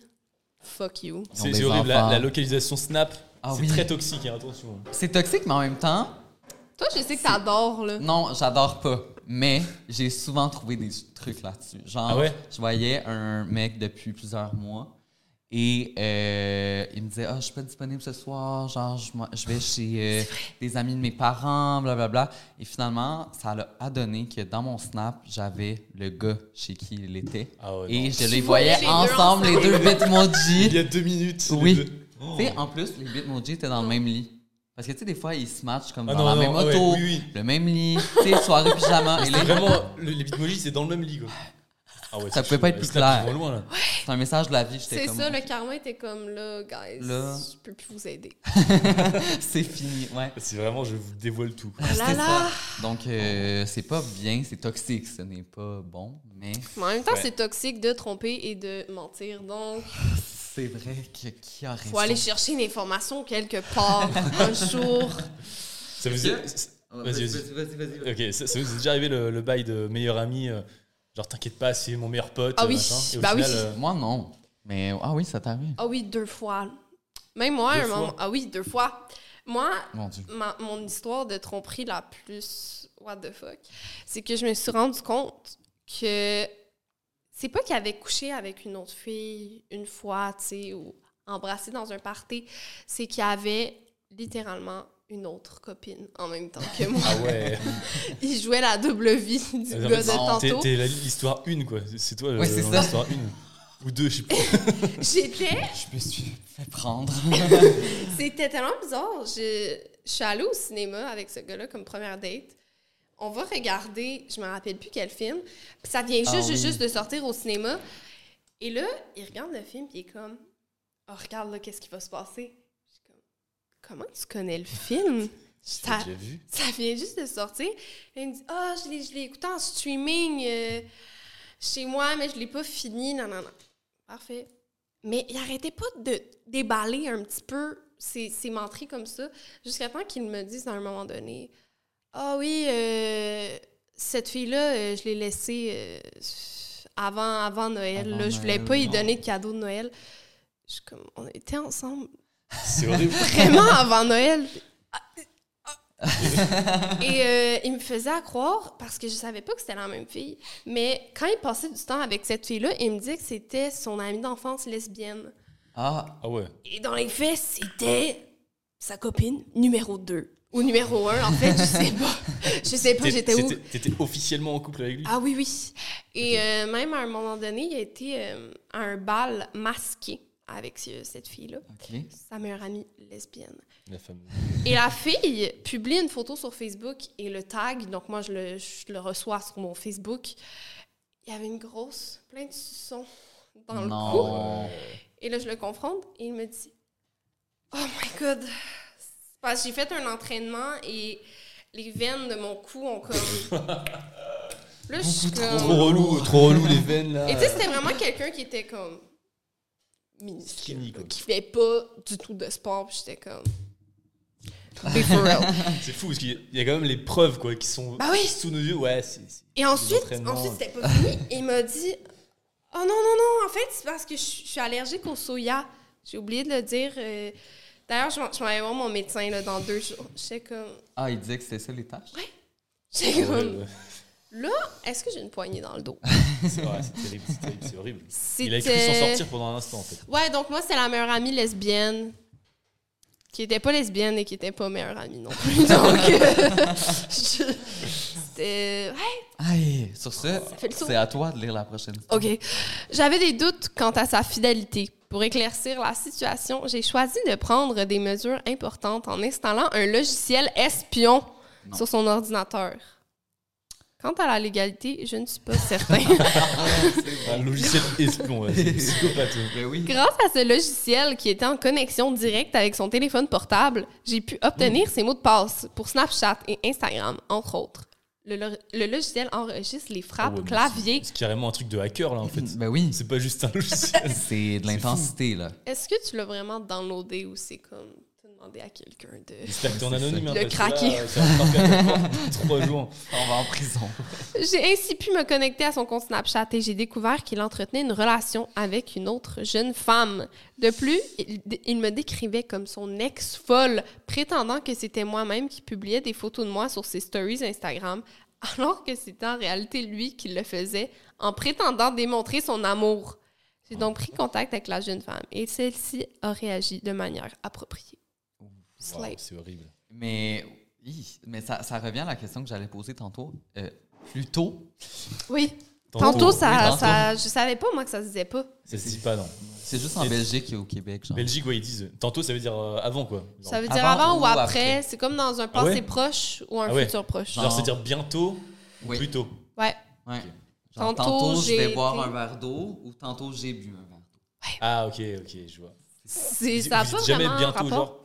[SPEAKER 2] Fuck
[SPEAKER 1] Ils
[SPEAKER 2] you.
[SPEAKER 1] ont des
[SPEAKER 3] C'est c'est horrible, la,
[SPEAKER 1] enfants.
[SPEAKER 3] la localisation Snap,
[SPEAKER 1] Ah
[SPEAKER 3] c'est
[SPEAKER 1] oui.
[SPEAKER 3] très toxique, hein, attention.
[SPEAKER 1] C'est toxique, mais en même temps,
[SPEAKER 2] Toi, je sais que t'adores, là.
[SPEAKER 1] Non, j'adore pas. Mais j'ai souvent trouvé des trucs là-dessus. Genre,
[SPEAKER 3] Ah ouais?
[SPEAKER 1] je voyais un mec depuis plusieurs mois et euh, il me disait Ah, je suis pas disponible ce soir. Genre, je, m'en- je vais chez euh, des amis de mes parents, blablabla. Et finalement, ça l'a a donné que dans mon snap, j'avais le gars chez qui il était.
[SPEAKER 3] Ah ouais,
[SPEAKER 1] et
[SPEAKER 3] non.
[SPEAKER 1] je les voyais
[SPEAKER 2] voyais les deux
[SPEAKER 1] ensemble, les deux
[SPEAKER 3] (laughs) Il y
[SPEAKER 1] bitmojis.
[SPEAKER 3] a deux minutes. les
[SPEAKER 1] Oui.
[SPEAKER 3] deux.
[SPEAKER 1] Tu sais, en plus, les bitmojis étaient dans le même lit. Parce que tu sais, des fois, ils se matchent comme
[SPEAKER 3] Ah
[SPEAKER 1] dans
[SPEAKER 3] non,
[SPEAKER 1] la
[SPEAKER 3] non,
[SPEAKER 1] même
[SPEAKER 3] ah ouais,
[SPEAKER 1] auto,
[SPEAKER 3] oui, oui.
[SPEAKER 1] le même lit, tu sais, soirée
[SPEAKER 3] (laughs)
[SPEAKER 1] pyjama. et là,
[SPEAKER 3] Vraiment, le- les bitmojis, c'est dans le même lit, quoi. Ah ouais,
[SPEAKER 1] Ça
[SPEAKER 3] c'est
[SPEAKER 1] pouvait
[SPEAKER 3] chaud,
[SPEAKER 1] pas être
[SPEAKER 3] le
[SPEAKER 1] plus
[SPEAKER 3] Snap, ils
[SPEAKER 1] clair.
[SPEAKER 3] vont loin, là.
[SPEAKER 1] C'est un message de la vie, j'étais
[SPEAKER 2] C'est
[SPEAKER 1] comme.
[SPEAKER 2] ça, le karma était comme là, guys.
[SPEAKER 1] Là.
[SPEAKER 2] Je peux plus vous aider.
[SPEAKER 1] (laughs) C'est fini, ouais.
[SPEAKER 3] C'est vraiment, je vous dévoile tout. quoi.
[SPEAKER 2] Ah là là.
[SPEAKER 1] Donc, euh, c'est pas bien, c'est toxique, ce n'est pas bon, mais
[SPEAKER 2] Mais en même temps,
[SPEAKER 3] Ouais.
[SPEAKER 2] c'est toxique de tromper et de mentir. Donc,
[SPEAKER 1] c'est vrai que qui a raison.
[SPEAKER 2] faut aller chercher une information quelque part un jour.
[SPEAKER 3] Ça vous est... Ah, Vas-y, vas-y. Ok, ça, ça vous est déjà arrivé le, le bail de meilleur ami euh, Genre, t'inquiète pas, c'est mon meilleur pote.
[SPEAKER 2] Ah
[SPEAKER 3] euh,
[SPEAKER 2] oui,
[SPEAKER 3] machin. Et au
[SPEAKER 2] bah oui.
[SPEAKER 3] final, euh,
[SPEAKER 1] Moi, non. Mais, ah oui, ça t'arrive.
[SPEAKER 2] Ah oui, deux fois. Même moi,
[SPEAKER 3] Deux
[SPEAKER 2] un
[SPEAKER 3] fois?
[SPEAKER 2] moment. Ah oui, deux fois. Moi,
[SPEAKER 1] Mon Dieu.
[SPEAKER 2] ma- mon histoire de tromperie la plus what the fuck, c'est que je me suis rendu compte que c'est pas qu'il avait couché avec une autre fille une fois, tu sais, ou embrassé dans un party, c'est qu'il avait littéralement une autre copine en même temps que moi.
[SPEAKER 3] (laughs) Ah
[SPEAKER 2] (laughs)
[SPEAKER 3] ouais.
[SPEAKER 2] Il jouait la double vie du gars de
[SPEAKER 3] Non, mais t'es- t'es-
[SPEAKER 2] tantôt.
[SPEAKER 3] T'es la- l'histoire 1, quoi. C'est- C'est toi
[SPEAKER 1] Ouais, c'est
[SPEAKER 3] euh,
[SPEAKER 1] ça.
[SPEAKER 3] l'histoire 1. Ou 2, je sais pas.
[SPEAKER 2] J'étais.
[SPEAKER 1] (laughs) Je me suis fait prendre.
[SPEAKER 2] C'était tellement bizarre. Je, je suis allée au cinéma avec ce gars-là comme première date. On va regarder, je me rappelle plus quel film. Puis ça vient juste,
[SPEAKER 1] Ah oui.
[SPEAKER 2] juste, juste de sortir au cinéma. Et là, il regarde le film, puis il est comme Oh, regarde là, qu'est-ce qui va se passer. Je suis comme Comment tu connais le film?
[SPEAKER 3] T'as
[SPEAKER 2] Ça,
[SPEAKER 3] déjà vu
[SPEAKER 2] ça vient juste de sortir. Et il me dit Ah, je l'ai- je l'ai écouté en streaming euh, chez moi, mais je l'ai pas fini. Non, non, non. Parfait. Mais il arrêtait pas de déballer un petit peu ses, ses menteries comme ça, jusqu'à temps qu'il me dise à un moment donné Ah oui, euh, cette fille-là, euh, je l'ai laissée euh, avant, avant Noël.
[SPEAKER 1] Avant
[SPEAKER 2] là. je voulais
[SPEAKER 1] Noël,
[SPEAKER 2] pas lui
[SPEAKER 1] non.
[SPEAKER 2] donner de cadeau de Noël. Je suis comme On était ensemble
[SPEAKER 3] C'est horrible.
[SPEAKER 2] vraiment avant Noël. Et euh, il me faisait à croire, parce que je savais pas que c'était la même fille, mais quand il passait du temps avec cette fille-là, il me disait que c'était son amie d'enfance lesbienne.
[SPEAKER 1] Ah,
[SPEAKER 3] Ah ouais.
[SPEAKER 2] Et dans les faits, c'était sa copine numéro 2. Ou numéro 1, en fait, je sais pas. Je sais pas,
[SPEAKER 3] T'es-
[SPEAKER 2] j'étais où.
[SPEAKER 3] c'était- T'étais officiellement en couple avec lui.
[SPEAKER 2] Ah oui, oui. Et euh, même à un moment donné, il a été euh, à un bal masqué avec ce- cette fille-là,
[SPEAKER 1] ok.
[SPEAKER 2] sa meilleure amie lesbienne.
[SPEAKER 3] La fameuse.
[SPEAKER 2] Et la fille publie une photo sur Facebook et le tag. Donc, moi, je le, je le reçois sur mon Facebook. Il y avait une grosse, plein de suçons dans le cou.
[SPEAKER 1] Non.
[SPEAKER 2] Et là, je le confronte et il me dit Oh my God! C'est parce que j'ai fait un entraînement et les veines de mon cou ont
[SPEAKER 3] (laughs)
[SPEAKER 2] comme. là, je suis comme.
[SPEAKER 3] Trop relou, trop relou les veines là.
[SPEAKER 2] Et tu sais, c'était vraiment quelqu'un qui était comme. minuscule,
[SPEAKER 3] Skinny,
[SPEAKER 2] là,
[SPEAKER 3] quoi.
[SPEAKER 2] qui fait pas du tout de sport. Puis j'étais comme. Be for real.
[SPEAKER 3] C'est fou parce qu'il y a quand même les preuves quoi qui sont
[SPEAKER 2] Bah oui.
[SPEAKER 3] sous nos yeux. Ouais, c'est. c'est-
[SPEAKER 2] Et ensuite,
[SPEAKER 3] entraînements. euh.
[SPEAKER 2] ensuite c'était pas fini. Et il m'a dit Oh non, non, non, en fait, c'est parce que je je suis allergique au soya. J'ai oublié de le dire. euh, D'ailleurs, je m'en- je m'en vais voir mon médecin là, dans deux jours. J'étais comme.
[SPEAKER 1] Ah, il disait que c'était ça les tâches?
[SPEAKER 2] J'étais
[SPEAKER 3] Ouais,
[SPEAKER 2] comme.
[SPEAKER 3] ouais.
[SPEAKER 2] Là, est-ce que j'ai une poignée dans le dos?
[SPEAKER 3] C'est ouais, c'est terrible, c'est terrible, c'est horrible. Il a cru
[SPEAKER 2] C'était-
[SPEAKER 3] s'en sortir pendant un instant en fait.
[SPEAKER 2] Ouais, donc moi, c'est la meilleure amie lesbienne. Qui était pas lesbienne et qui était pas meilleure amie non plus. (laughs) Donc. euh, (laughs) je- C'était. Ouais,
[SPEAKER 1] Aïe, sur ce,
[SPEAKER 2] fait le tour.
[SPEAKER 1] c'est à toi de lire la prochaine.
[SPEAKER 2] OK. J'avais des doutes quant à sa fidélité. Pour éclaircir la situation, j'ai choisi de prendre des mesures importantes en installant un logiciel espion sur son ordinateur. Quant à la légalité, je ne suis pas certain.
[SPEAKER 3] Un Ah, logiciel (laughs) espion, ouais, c'est psychopathe.
[SPEAKER 1] Ben oui.
[SPEAKER 2] Grâce à ce logiciel qui était en connexion directe avec son téléphone portable, j'ai pu obtenir ses mots de passe pour Snapchat et Instagram, entre autres. Le, lo- le logiciel enregistre les frappes
[SPEAKER 3] Ouais, mais
[SPEAKER 2] clavier.
[SPEAKER 3] c'est- C'est carrément un truc de hacker là en fait.
[SPEAKER 1] Ben oui.
[SPEAKER 3] C'est pas juste un (laughs) logiciel.
[SPEAKER 1] (laughs) C'est de l'intensité, là.
[SPEAKER 2] Est-ce que tu l'as vraiment downloadé ou c'est comme te demander à quelqu'un de...
[SPEAKER 3] J'espère que t'es en anonyme. hein,
[SPEAKER 2] Le
[SPEAKER 3] parce que là,
[SPEAKER 2] craquer.
[SPEAKER 3] ça va te faire
[SPEAKER 2] (laughs)
[SPEAKER 3] perdre Trois jours.
[SPEAKER 1] On va en prison.
[SPEAKER 2] J'ai ainsi pu me connecter à son compte Snapchat et j'ai découvert qu'il entretenait une relation avec une autre jeune femme. De plus, il, il me décrivait comme son ex folle, prétendant que c'était moi-même qui publiait des photos de moi sur ses stories Instagram, (laughs) alors que c'était en réalité lui qui le faisait en prétendant démontrer son amour. J'ai donc pris contact avec la jeune femme et celle-ci a réagi de manière appropriée.
[SPEAKER 3] Wow,
[SPEAKER 2] Slay.
[SPEAKER 3] C'est horrible.
[SPEAKER 1] Mais, hi, mais ça, ça revient à la question que j'allais poser tantôt. Euh, plus tôt,
[SPEAKER 2] Oui.
[SPEAKER 3] Tantôt,
[SPEAKER 2] Tantôt,
[SPEAKER 1] oui,
[SPEAKER 2] ça,
[SPEAKER 1] tantôt.
[SPEAKER 2] ça, je savais pas moi que ça se disait pas.
[SPEAKER 3] Ça se dit pas non.
[SPEAKER 1] c'est juste en
[SPEAKER 3] Et-
[SPEAKER 1] Belgique et au Québec, genre.
[SPEAKER 3] Belgique, ouais, ils disent. Tantôt, ça veut dire euh, avant, quoi. Genre,
[SPEAKER 2] Ça veut dire
[SPEAKER 1] Avant
[SPEAKER 2] avant,
[SPEAKER 1] ou
[SPEAKER 2] ou après.
[SPEAKER 1] après.
[SPEAKER 2] C'est comme dans un
[SPEAKER 3] Ah
[SPEAKER 2] passé
[SPEAKER 3] ouais?
[SPEAKER 2] proche ou un
[SPEAKER 3] Ah ouais.
[SPEAKER 2] futur proche.
[SPEAKER 3] genre, c'est dire bientôt ou
[SPEAKER 1] Oui.
[SPEAKER 3] plus tôt.
[SPEAKER 2] Ouais.
[SPEAKER 1] Ouais.
[SPEAKER 2] Tantôt,
[SPEAKER 1] Genre, tantôt, je
[SPEAKER 2] j'ai
[SPEAKER 1] vais boire
[SPEAKER 2] été-
[SPEAKER 1] un verre d'eau ou tantôt, j'ai bu un verre d'eau.
[SPEAKER 3] Ah, ok, ok, je vois.
[SPEAKER 2] C'est, ça
[SPEAKER 3] Vous-
[SPEAKER 2] n'a
[SPEAKER 3] vous
[SPEAKER 2] pas
[SPEAKER 3] dites jamais
[SPEAKER 2] vraiment un
[SPEAKER 3] bientôt,
[SPEAKER 2] rapport.
[SPEAKER 3] genre,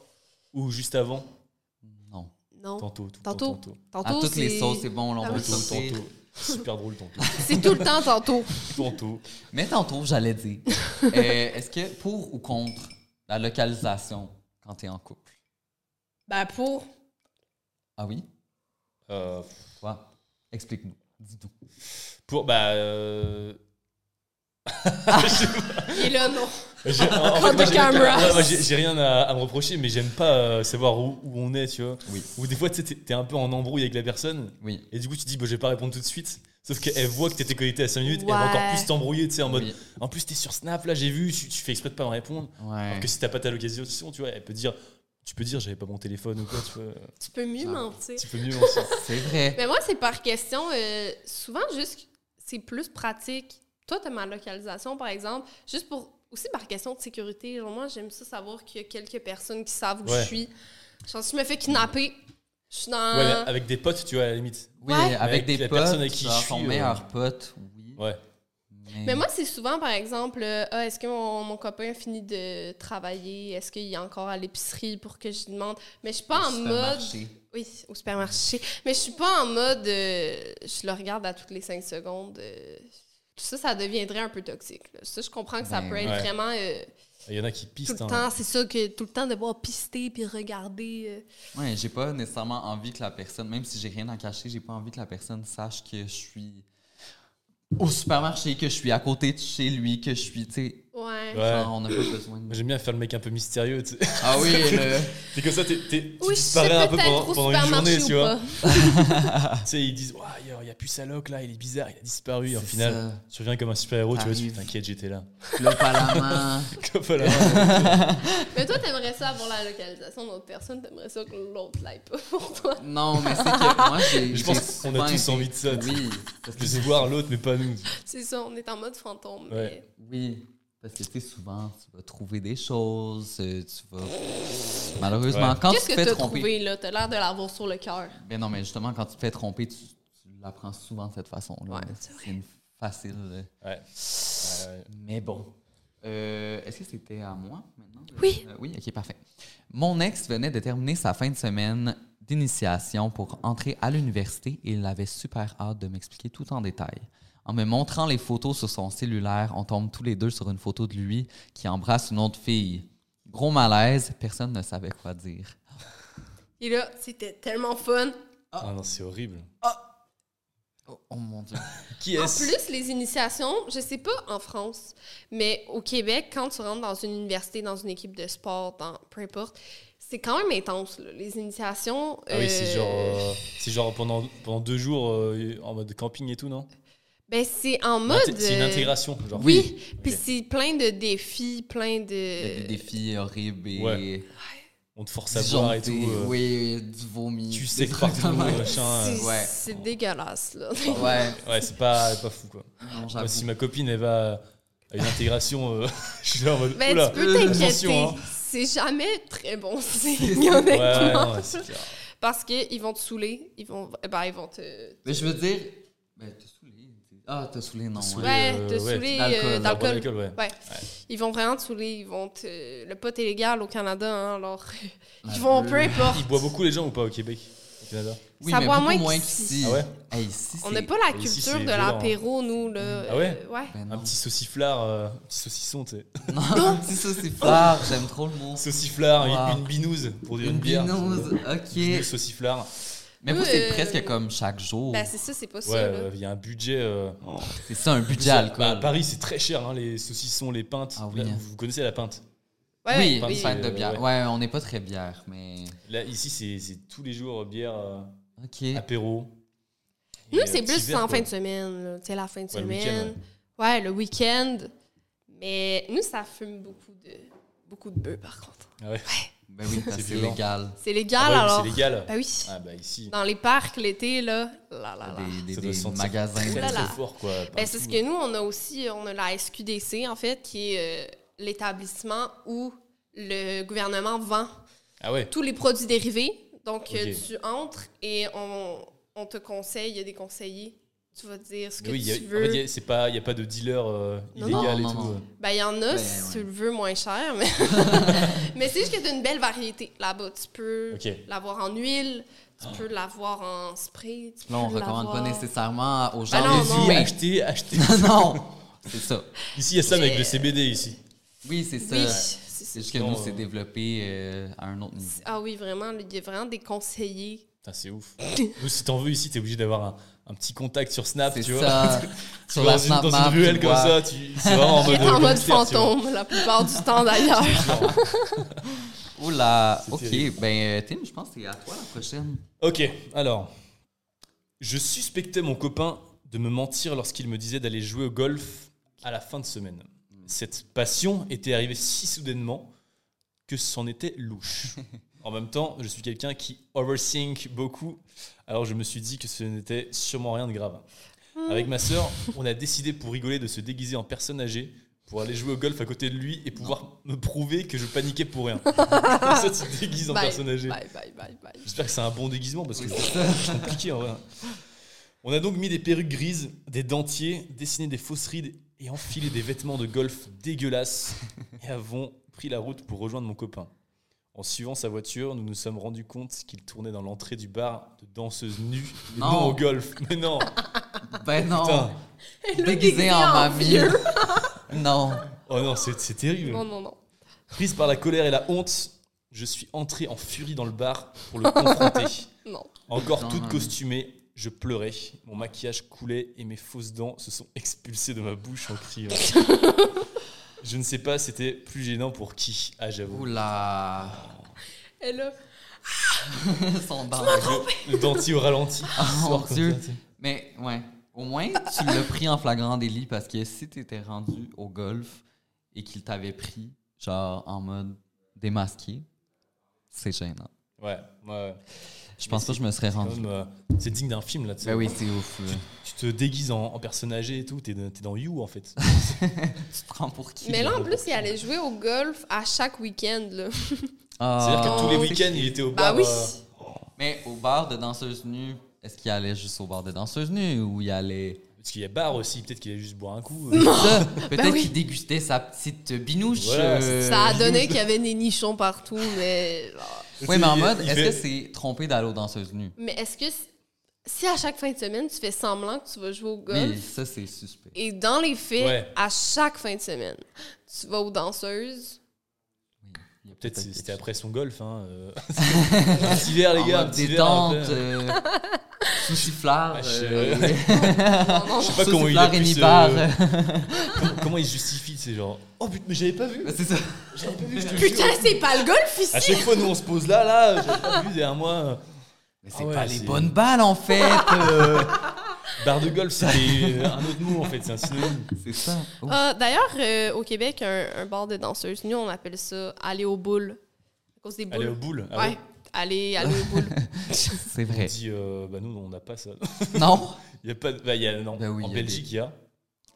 [SPEAKER 3] ou juste avant,
[SPEAKER 1] Non.
[SPEAKER 2] Non.
[SPEAKER 3] tantôt, tout le temps,
[SPEAKER 2] Oh, Tantôt.
[SPEAKER 3] tantôt.
[SPEAKER 2] Tantôt,
[SPEAKER 1] à toutes les
[SPEAKER 2] c'est-
[SPEAKER 1] sauces, c'est bon, là, on
[SPEAKER 2] Ah
[SPEAKER 1] va
[SPEAKER 2] oui.
[SPEAKER 1] le
[SPEAKER 3] Tantôt,
[SPEAKER 1] sortir.
[SPEAKER 2] (laughs)
[SPEAKER 3] tantôt. Super drôle, tantôt.
[SPEAKER 2] C'est tout le temps tantôt.
[SPEAKER 3] tantôt.
[SPEAKER 1] Mais tantôt, j'allais (laughs) dire. Euh, Est-ce que pour ou contre la localisation quand t'es en couple?
[SPEAKER 2] (laughs) Ben pour.
[SPEAKER 1] Ah oui?
[SPEAKER 3] Euh,
[SPEAKER 1] Toi, explique-nous. Dis-nous.
[SPEAKER 3] pour, bah. euh,
[SPEAKER 2] Et là, non.
[SPEAKER 3] j'ai- en- en
[SPEAKER 2] Contre
[SPEAKER 3] moi, j'ai-
[SPEAKER 2] cameras.
[SPEAKER 3] ouais, moi, j'ai j'ai rien à, à me reprocher, mais j'aime pas euh, savoir où, où on est, tu vois.
[SPEAKER 1] Oui.
[SPEAKER 3] Ou des fois, tu sais, t'es- t'es un peu en embrouille avec la personne,
[SPEAKER 1] Oui.
[SPEAKER 3] et du coup, tu dis, bah, je vais pas répondre tout de suite. Sauf qu'elle voit que t'étais connecté à 5 minutes, et elle va
[SPEAKER 2] Ouais.
[SPEAKER 3] encore plus t'embrouiller, tu sais, en mode.
[SPEAKER 1] Oui.
[SPEAKER 3] En plus, t'es sur Snap, là, j'ai vu, tu, tu fais exprès de pas me répondre.
[SPEAKER 1] Ouais.
[SPEAKER 3] Alors que si t'as pas ta localisation, tu vois, elle peut dire tu peux dire j'avais pas mon téléphone ou quoi,
[SPEAKER 2] (laughs)
[SPEAKER 3] tu peux,
[SPEAKER 2] Tu peux mieux mentir.
[SPEAKER 3] tu peux mieux en sortir.
[SPEAKER 1] C'est vrai.
[SPEAKER 2] Mais moi, c'est par question. euh, souvent, juste, c'est plus pratique. Toi, t'as ma localisation, par exemple, juste pour. Aussi par question de sécurité. Genre, moi, j'aime ça savoir qu'il y a quelques personnes qui savent où
[SPEAKER 3] Ouais.
[SPEAKER 2] je suis. Genre, si je me fais kidnapper, je suis dans.
[SPEAKER 3] Ouais, mais avec des potes, tu vois, à la limite.
[SPEAKER 1] Oui,
[SPEAKER 2] Ouais.
[SPEAKER 1] avec
[SPEAKER 3] Avec
[SPEAKER 1] des
[SPEAKER 3] la
[SPEAKER 1] potes,
[SPEAKER 3] personne avec qui
[SPEAKER 1] genre
[SPEAKER 3] je
[SPEAKER 1] son
[SPEAKER 3] suis, euh,
[SPEAKER 1] meilleur pote, oui.
[SPEAKER 3] Ouais.
[SPEAKER 2] Mais moi, c'est souvent, par exemple, euh, Ah, est-ce que mon, mon copain a fini de travailler? Est-ce qu'il est encore à l'épicerie pour que je lui demande? Mais je suis pas en mode. Oui, au supermarché. Mais je suis pas en mode. euh, je le regarde à toutes les cinq secondes. euh, tout ça, ça deviendrait un peu toxique. là. Ça, je comprends que ça
[SPEAKER 1] Ben,
[SPEAKER 2] peut être
[SPEAKER 3] ouais.
[SPEAKER 2] vraiment. euh,
[SPEAKER 3] Il y en a qui
[SPEAKER 2] tout
[SPEAKER 3] pistent.
[SPEAKER 2] le
[SPEAKER 3] hein.
[SPEAKER 2] temps, c'est ça que tout le temps devoir pister puis regarder. euh.
[SPEAKER 1] Ouais, j'ai pas nécessairement envie que la personne, même si j'ai rien à cacher, j'ai pas envie que la personne sache que je suis au supermarché, que je suis à côté de chez lui, que je suis, tu sais,
[SPEAKER 2] Ouais.
[SPEAKER 3] Ouais.
[SPEAKER 1] genre, on n'a pas besoin
[SPEAKER 3] Moi,
[SPEAKER 1] de.
[SPEAKER 3] J'aime bien faire le mec un peu mystérieux. tu sais.
[SPEAKER 2] (laughs)
[SPEAKER 1] Ah (laughs) oui, le-
[SPEAKER 3] C'est comme ça, t'es, t'es, tu
[SPEAKER 2] Oui, je sais
[SPEAKER 3] disparais un peu
[SPEAKER 2] peut-être
[SPEAKER 3] pendant,
[SPEAKER 2] au
[SPEAKER 3] pendant une
[SPEAKER 2] supermarché
[SPEAKER 3] journée,
[SPEAKER 2] ou
[SPEAKER 3] tu vois. Ah,
[SPEAKER 2] pas.
[SPEAKER 3] Tu sais, ils disent, Ouah, il y a- il y a plus sa loque là, il est bizarre, il a disparu. Et au
[SPEAKER 1] C'est
[SPEAKER 3] final,
[SPEAKER 1] ça.
[SPEAKER 3] tu reviens comme un super-héros, tu vois, tu
[SPEAKER 1] T'arrives.
[SPEAKER 3] t'inquiètes, j'étais là. (laughs)
[SPEAKER 1] clope à la main.
[SPEAKER 3] Comme voilà.
[SPEAKER 2] Mais toi, t'aimerais ça avoir la localisation d'autres personnes, t'aimerais ça que l'autre l'aille pas pour toi.
[SPEAKER 1] Non, mais c'est que moi, j'ai.
[SPEAKER 3] Je pense
[SPEAKER 1] j'ai
[SPEAKER 3] qu'on
[SPEAKER 1] souvent
[SPEAKER 3] a tous
[SPEAKER 1] été-
[SPEAKER 3] envie de ça, tu
[SPEAKER 1] Oui, parce que
[SPEAKER 3] Je sais voir l'autre, mais pas nous.
[SPEAKER 2] C'est ça, on est en mode fantôme. mais-
[SPEAKER 3] Ouais.
[SPEAKER 1] Oui, parce que tu sais, souvent, tu vas trouver des choses, euh, tu vas. Malheureusement, quand tu
[SPEAKER 2] Qu'est-ce
[SPEAKER 1] te
[SPEAKER 2] que
[SPEAKER 1] fais
[SPEAKER 2] t'as
[SPEAKER 1] tromper.
[SPEAKER 2] trouvé là? T'as l'air de l'avoir sur le cœur.
[SPEAKER 1] Ben non, mais justement, quand tu te fais tromper, tu, tu l'apprends souvent de cette façon-là.
[SPEAKER 2] Ouais, c'est
[SPEAKER 1] c'est une facile. euh,
[SPEAKER 3] Ouais. Euh,
[SPEAKER 1] Mais bon. Euh, Est-ce que c'était à moi maintenant?
[SPEAKER 2] Oui.
[SPEAKER 1] Euh, oui, ok, parfait. Mon ex venait de terminer sa fin de semaine d'initiation pour entrer à l'université et il avait super hâte de m'expliquer tout en détail. En me montrant les photos sur son cellulaire, on tombe tous les deux sur une photo de lui qui embrasse une autre fille. Gros malaise, personne ne savait quoi dire.
[SPEAKER 2] Et là, c'était tellement fun.
[SPEAKER 3] Ah non, c'est horrible.
[SPEAKER 1] Oh, oh mon Dieu.
[SPEAKER 3] Qui
[SPEAKER 2] En
[SPEAKER 3] est-ce
[SPEAKER 2] plus, les initiations, je sais pas en France, mais au Québec, quand tu rentres dans une université, dans une équipe de sport, dans, peu importe, c'est quand même intense, là, les initiations.
[SPEAKER 3] Ah oui, c'est
[SPEAKER 2] euh,
[SPEAKER 3] genre, euh, c'est genre pendant, pendant deux jours euh, en mode camping et tout, non Bah,
[SPEAKER 2] Ben, c'est en mode.
[SPEAKER 3] C'est une
[SPEAKER 2] euh,
[SPEAKER 3] intégration. Genre,
[SPEAKER 2] Oui, puis
[SPEAKER 3] Ok.
[SPEAKER 2] c'est plein de défis, plein
[SPEAKER 1] Il y a des
[SPEAKER 2] de.
[SPEAKER 1] défis horribles et.
[SPEAKER 3] Ouais. On te force à
[SPEAKER 1] du
[SPEAKER 3] boire et tout.
[SPEAKER 1] janté,
[SPEAKER 3] euh,
[SPEAKER 1] Oui, du vomi.
[SPEAKER 3] Tu
[SPEAKER 1] des
[SPEAKER 3] sais que
[SPEAKER 1] trucs
[SPEAKER 3] partout,
[SPEAKER 1] de même.
[SPEAKER 3] machin. euh,
[SPEAKER 2] C'est
[SPEAKER 1] Ouais.
[SPEAKER 2] c'est dégueulasse, là.
[SPEAKER 3] Ah,
[SPEAKER 1] Ouais,
[SPEAKER 3] Ouais, c'est pas, pas fou, quoi.
[SPEAKER 1] non,
[SPEAKER 3] Moi,
[SPEAKER 1] j'avoue.
[SPEAKER 3] si ma copine, elle va à une intégration, euh, (laughs) je suis là en mode.
[SPEAKER 2] Ben,
[SPEAKER 3] oula,
[SPEAKER 2] tu peux t'inquiéter.
[SPEAKER 3] attention, hein.
[SPEAKER 2] C'est jamais très
[SPEAKER 3] (laughs)
[SPEAKER 2] bon signe, honnêtement.
[SPEAKER 3] Ouais, ouais, non, ouais, c'est clair.
[SPEAKER 2] Parce qu'ils vont te saouler, ils vont, ben, ils vont te.
[SPEAKER 1] Mais je veux dire. Ben, t'as saoulé. Ah, t'as saoulé, non.
[SPEAKER 3] saoulé.
[SPEAKER 1] ouais.
[SPEAKER 2] Ouais,
[SPEAKER 3] euh,
[SPEAKER 2] te
[SPEAKER 3] ouais,
[SPEAKER 2] saouler
[SPEAKER 1] d'alcool,
[SPEAKER 2] euh,
[SPEAKER 1] d'alcool,
[SPEAKER 2] d'alcool.
[SPEAKER 3] d'alcool, ouais.
[SPEAKER 2] Ils vont vraiment te saouler. Ils vont te... Le pot est légal au Canada, hein, alors. (laughs)
[SPEAKER 3] Ah,
[SPEAKER 2] Ils vont, peu importe.
[SPEAKER 3] Ils boivent beaucoup les gens ou pas au Québec Au Canada
[SPEAKER 1] Oui,
[SPEAKER 2] Ça
[SPEAKER 1] mais
[SPEAKER 2] boit
[SPEAKER 1] beaucoup
[SPEAKER 2] moins
[SPEAKER 1] moins
[SPEAKER 2] qu'ici.
[SPEAKER 1] qu'ici.
[SPEAKER 3] Ah ouais?
[SPEAKER 1] Hey, ici,
[SPEAKER 2] On
[SPEAKER 1] c'est-
[SPEAKER 2] n'a pas la
[SPEAKER 3] Et ici,
[SPEAKER 2] culture
[SPEAKER 3] c'est
[SPEAKER 2] de
[SPEAKER 3] violent,
[SPEAKER 2] l'apéro, nous, là.
[SPEAKER 3] Ah ouais?
[SPEAKER 2] Euh, ouais.
[SPEAKER 1] Ben non.
[SPEAKER 3] Un petit sauciflard, euh, un petit saucisson, tu sais.
[SPEAKER 1] (laughs) Non, un petit sauciflard. J'aime trop le mot.
[SPEAKER 3] Sauciflard,
[SPEAKER 1] Wow.
[SPEAKER 3] une, une binouse pour dire une,
[SPEAKER 1] Une
[SPEAKER 3] bière.
[SPEAKER 1] binouse,
[SPEAKER 3] Binouse,
[SPEAKER 1] ok.
[SPEAKER 3] sauciflard.
[SPEAKER 1] Mais vous, c'est
[SPEAKER 2] Euh,
[SPEAKER 1] presque comme chaque jour.
[SPEAKER 2] Ben, c'est ça, c'est pas
[SPEAKER 3] Oh. Ouais,
[SPEAKER 2] ça, là.
[SPEAKER 3] euh, il y a un budget. euh,
[SPEAKER 1] C'est ça, un budget
[SPEAKER 3] ça-
[SPEAKER 1] alcool.
[SPEAKER 3] bah, à Paris, c'est très cher, hein, les saucissons, les pintes.
[SPEAKER 1] Ah oui,
[SPEAKER 3] Là,
[SPEAKER 1] hein.
[SPEAKER 3] vous connaissez la pinte.
[SPEAKER 2] Ouais,
[SPEAKER 1] oui,
[SPEAKER 3] Paris,
[SPEAKER 1] une fête de
[SPEAKER 3] euh,
[SPEAKER 1] bière. Ouais, on n'est pas très bière, mais.
[SPEAKER 3] Là, ici, c'est- c'est tous les jours euh, bière, euh,
[SPEAKER 1] Ok.
[SPEAKER 3] apéro.
[SPEAKER 2] Nous,
[SPEAKER 3] Et, euh,
[SPEAKER 2] c'est
[SPEAKER 3] petit
[SPEAKER 2] plus
[SPEAKER 3] verre,
[SPEAKER 2] en
[SPEAKER 3] quoi.
[SPEAKER 2] fin de semaine, là. Tu sais, la fin de
[SPEAKER 3] Ouais, le week-end,
[SPEAKER 2] semaine. Ouais, le week-end. Mais nous, ça fume beaucoup de, beaucoup de bœufs, par contre.
[SPEAKER 3] Ah ouais.
[SPEAKER 1] Ben oui, parce que c'est
[SPEAKER 3] violent.
[SPEAKER 1] légal.
[SPEAKER 2] C'est
[SPEAKER 3] Ah
[SPEAKER 2] légal,
[SPEAKER 3] bah oui,
[SPEAKER 2] alors.
[SPEAKER 3] C'est légal.
[SPEAKER 2] Ben oui.
[SPEAKER 3] Ah bah ici,
[SPEAKER 2] Dans les parcs, l'été, là. Là, là, là.
[SPEAKER 1] Des,
[SPEAKER 3] ça
[SPEAKER 1] des,
[SPEAKER 3] doit
[SPEAKER 1] des
[SPEAKER 3] sentir
[SPEAKER 1] magasins.
[SPEAKER 3] très,
[SPEAKER 2] Oulala.
[SPEAKER 3] très fort quoi.
[SPEAKER 2] Ben, c'est ce que nous, on a aussi, on a la SQDC, en fait, qui est euh, l'établissement où le gouvernement vend
[SPEAKER 3] Ah ouais.
[SPEAKER 2] tous les produits dérivés. Donc, euh,
[SPEAKER 3] Ok.
[SPEAKER 2] tu entres et on, on te conseille, il y a des conseillers. Tu vas dire ce que
[SPEAKER 3] Mais oui, il
[SPEAKER 2] tu
[SPEAKER 3] y a-
[SPEAKER 2] veux.
[SPEAKER 3] en fait, il y a- c'est pas, il y a pas de dealer euh,
[SPEAKER 2] Non,
[SPEAKER 1] non,
[SPEAKER 3] illégal et
[SPEAKER 1] non,
[SPEAKER 3] tout.
[SPEAKER 1] non.
[SPEAKER 3] euh.
[SPEAKER 2] Ben, il y en a
[SPEAKER 1] Ben,
[SPEAKER 2] si
[SPEAKER 1] ouais.
[SPEAKER 2] tu le veux moins cher,
[SPEAKER 3] (laughs)
[SPEAKER 2] mais, (laughs) mais c'est juste que tu une belle variété là-bas. Tu peux
[SPEAKER 3] Ok. Ah.
[SPEAKER 2] l'avoir en huile, tu peux l'avoir en spray. Tu
[SPEAKER 1] Là, on
[SPEAKER 2] peux
[SPEAKER 1] recommande pas
[SPEAKER 2] l'avoir-
[SPEAKER 1] nécessairement
[SPEAKER 3] Ah
[SPEAKER 1] aux gens.
[SPEAKER 2] Bah, non,
[SPEAKER 1] les
[SPEAKER 2] non.
[SPEAKER 1] humains.
[SPEAKER 3] Achetez,
[SPEAKER 2] (laughs)
[SPEAKER 3] achetez.
[SPEAKER 1] (laughs) non, c'est ça.
[SPEAKER 3] ici, il y a ça mais avec le CBD ici.
[SPEAKER 1] Oui, c'est ça.
[SPEAKER 2] Oui,
[SPEAKER 1] C'est
[SPEAKER 2] c'est ça.
[SPEAKER 1] juste que
[SPEAKER 3] Non,
[SPEAKER 1] nous, c'est
[SPEAKER 3] euh,
[SPEAKER 1] développé euh, à un autre niveau.
[SPEAKER 2] Ah oui, vraiment, il y a vraiment des conseillers.
[SPEAKER 3] Putain,
[SPEAKER 2] (laughs)
[SPEAKER 3] c'est ouf. Nous, si t'en veux ici, t'es obligé d'avoir un, un petit contact sur Snap,
[SPEAKER 1] C'est
[SPEAKER 3] tu vois.
[SPEAKER 1] ça.
[SPEAKER 3] (laughs) Tu
[SPEAKER 1] Sur
[SPEAKER 3] vas
[SPEAKER 1] la
[SPEAKER 3] dans une-
[SPEAKER 1] Snap
[SPEAKER 3] dans
[SPEAKER 1] Map,
[SPEAKER 3] une ruelle
[SPEAKER 1] tu
[SPEAKER 3] comme
[SPEAKER 1] vois.
[SPEAKER 3] ça, tu, c'est vraiment en
[SPEAKER 2] Qui
[SPEAKER 3] mode,
[SPEAKER 2] est en mode
[SPEAKER 3] gangster, tu vois.
[SPEAKER 2] fantôme la plupart du temps d'ailleurs.
[SPEAKER 1] Oula, ok.
[SPEAKER 3] terrible.
[SPEAKER 1] Ben, euh, Tim, je pense que c'est à toi la prochaine.
[SPEAKER 3] Ok, alors. Je suspectais mon copain de me mentir lorsqu'il me disait d'aller jouer au golf à la fin de semaine. Cette passion était arrivée si soudainement que c'en était louche. En même temps, je suis quelqu'un qui overthink beaucoup, alors je me suis dit que ce n'était sûrement rien de grave. Avec ma sœur, on a décidé pour rigoler de se déguiser en personne âgée pour aller jouer au golf à côté de lui et pouvoir me prouver que je paniquais pour rien. (laughs) Comme ça, tu te déguises en
[SPEAKER 2] Bye,
[SPEAKER 3] personne âgée.
[SPEAKER 2] Bye, bye, bye, bye.
[SPEAKER 3] J'espère que c'est un bon déguisement parce que c'est compliqué en vrai. On a donc mis des perruques grises, des dentiers, dessiné des fausses rides et enfilé des vêtements de golf dégueulasses et avons pris la route pour rejoindre mon copain. En suivant sa voiture, nous nous sommes rendus compte qu'il tournait dans l'entrée du bar de danseuses nues, mais non,
[SPEAKER 1] Non.
[SPEAKER 3] au golf. Mais non,
[SPEAKER 1] Ben non.
[SPEAKER 3] putain.
[SPEAKER 1] Déguisé en mamie. (laughs) non.
[SPEAKER 3] Oh non, c'est c'est terrible.
[SPEAKER 2] Non, non, non.
[SPEAKER 3] Prise par la colère et la honte, je suis entré en furie dans le bar pour le confronter.
[SPEAKER 2] (laughs) Non.
[SPEAKER 3] Encore
[SPEAKER 1] Putain,
[SPEAKER 3] toute
[SPEAKER 1] non, mais-
[SPEAKER 3] costumée, je pleurais. Mon maquillage coulait et mes fausses dents se sont expulsées de ma bouche en criant.
[SPEAKER 2] (laughs)
[SPEAKER 3] je ne sais pas, c'était plus gênant pour qui Ah, j'avoue.
[SPEAKER 1] Oula. (laughs)
[SPEAKER 2] Et là,
[SPEAKER 1] Son dent.
[SPEAKER 3] Le, le dentier au ralenti. qui
[SPEAKER 1] Oh,
[SPEAKER 3] sort
[SPEAKER 1] mon
[SPEAKER 3] comme
[SPEAKER 1] Dieu.
[SPEAKER 3] ça, tu sais.
[SPEAKER 1] Mais ouais, au moins tu l'as pris en flagrant délit parce que si t'étais rendu au golf et qu'il t'avait pris genre en mode démasqué, c'est gênant.
[SPEAKER 3] Ouais, ouais.
[SPEAKER 1] Je pense pas que je me serais
[SPEAKER 3] Quand
[SPEAKER 1] rendu.
[SPEAKER 3] même, euh, C'est digne d'un film là, tu sais.
[SPEAKER 1] Ben oui, c'est ouf. là.
[SPEAKER 3] Tu te déguises en, en personne âgée et tout, t'es dans- t'es dans You en fait.
[SPEAKER 1] Ah. tu te prends pour qui
[SPEAKER 2] Mais là, en plus, il allait jouer au golf à chaque week-end. là.
[SPEAKER 3] Euh.
[SPEAKER 1] Ah.
[SPEAKER 3] C'est-à-dire que tous les
[SPEAKER 2] Oh.
[SPEAKER 3] week-ends, il était au
[SPEAKER 2] Bah
[SPEAKER 3] bar.
[SPEAKER 2] oui.
[SPEAKER 3] euh,
[SPEAKER 1] Mais au bar de danseuses nues, est-ce qu'il allait juste au bar de danseuses nues ou il allait
[SPEAKER 2] (laughs)
[SPEAKER 3] Parce qu'il y a bar aussi, peut-être qu'il a juste boire un coup. euh.
[SPEAKER 1] Ça, Peut-être
[SPEAKER 2] Ben oui.
[SPEAKER 1] qu'il dégustait sa petite binouche. euh.
[SPEAKER 3] Voilà,
[SPEAKER 2] Ça a
[SPEAKER 3] (laughs)
[SPEAKER 2] donné qu'il y avait des nichons partout, mais.
[SPEAKER 1] Oui, mais en
[SPEAKER 3] Il-
[SPEAKER 1] mode,
[SPEAKER 3] il
[SPEAKER 1] est-ce
[SPEAKER 3] fait-
[SPEAKER 1] que c'est trompé d'aller aux danseuses nues?
[SPEAKER 2] Mais est-ce que c- si à chaque fin de semaine, tu fais semblant que tu vas jouer au golf,
[SPEAKER 1] Oui, ça, c'est suspect.
[SPEAKER 2] et dans les faits,
[SPEAKER 3] Ouais.
[SPEAKER 2] à chaque fin de semaine, tu vas aux danseuses.
[SPEAKER 1] Il y a
[SPEAKER 3] Peut-être c'est-
[SPEAKER 1] quelque
[SPEAKER 3] c'était
[SPEAKER 1] chose.
[SPEAKER 3] après son golf. Hein.
[SPEAKER 1] (laughs)
[SPEAKER 3] euh. Un petit verre, les
[SPEAKER 1] En
[SPEAKER 3] gars. Un
[SPEAKER 1] mode
[SPEAKER 3] petit verre. un
[SPEAKER 1] détente,
[SPEAKER 3] peu.
[SPEAKER 1] euh, sous sifflard,
[SPEAKER 3] Ah, je- (laughs)
[SPEAKER 1] euh, (laughs)
[SPEAKER 2] Non, non,
[SPEAKER 3] Je
[SPEAKER 2] non.
[SPEAKER 3] sais pas
[SPEAKER 1] sous
[SPEAKER 3] comment il a
[SPEAKER 1] sifflard et
[SPEAKER 3] pu se-
[SPEAKER 1] nibar.
[SPEAKER 3] comment- (laughs) Comment il se justifie, c'est genre. Oh putain, mais j'avais pas vu.
[SPEAKER 1] (laughs) C'est ça.
[SPEAKER 3] J'avais pas vu. je te
[SPEAKER 2] Putain,
[SPEAKER 3] jure.
[SPEAKER 2] c'est pas le golf ici!
[SPEAKER 3] À chaque fois, nous on se pose là, là. J'avais pas vu derrière moi.
[SPEAKER 1] Mais c'est
[SPEAKER 3] Ah ouais,
[SPEAKER 1] pas les
[SPEAKER 3] c'est-
[SPEAKER 1] bonnes balles, en fait. euh,
[SPEAKER 3] Barre de golf, c'était euh, un autre mot en fait,
[SPEAKER 1] (laughs)
[SPEAKER 3] c'est un synonyme.
[SPEAKER 1] c'est ça. Oh,
[SPEAKER 2] Ah, D'ailleurs, euh, au Québec, un, un bar de danseuses, nous, on appelle ça aller aux boules. À cause des boules.
[SPEAKER 3] Aller aux boules. Ah
[SPEAKER 2] Ouais, aller, aller aux
[SPEAKER 3] (laughs)
[SPEAKER 2] boules.
[SPEAKER 1] c'est
[SPEAKER 3] On
[SPEAKER 1] vrai.
[SPEAKER 3] dit, euh, bah nous on n'a pas ça. (laughs)
[SPEAKER 1] Non,
[SPEAKER 3] Il y a pas, de- bah, il y a, non.
[SPEAKER 1] Bah oui,
[SPEAKER 3] en
[SPEAKER 1] il y a
[SPEAKER 3] Belgique, il y a,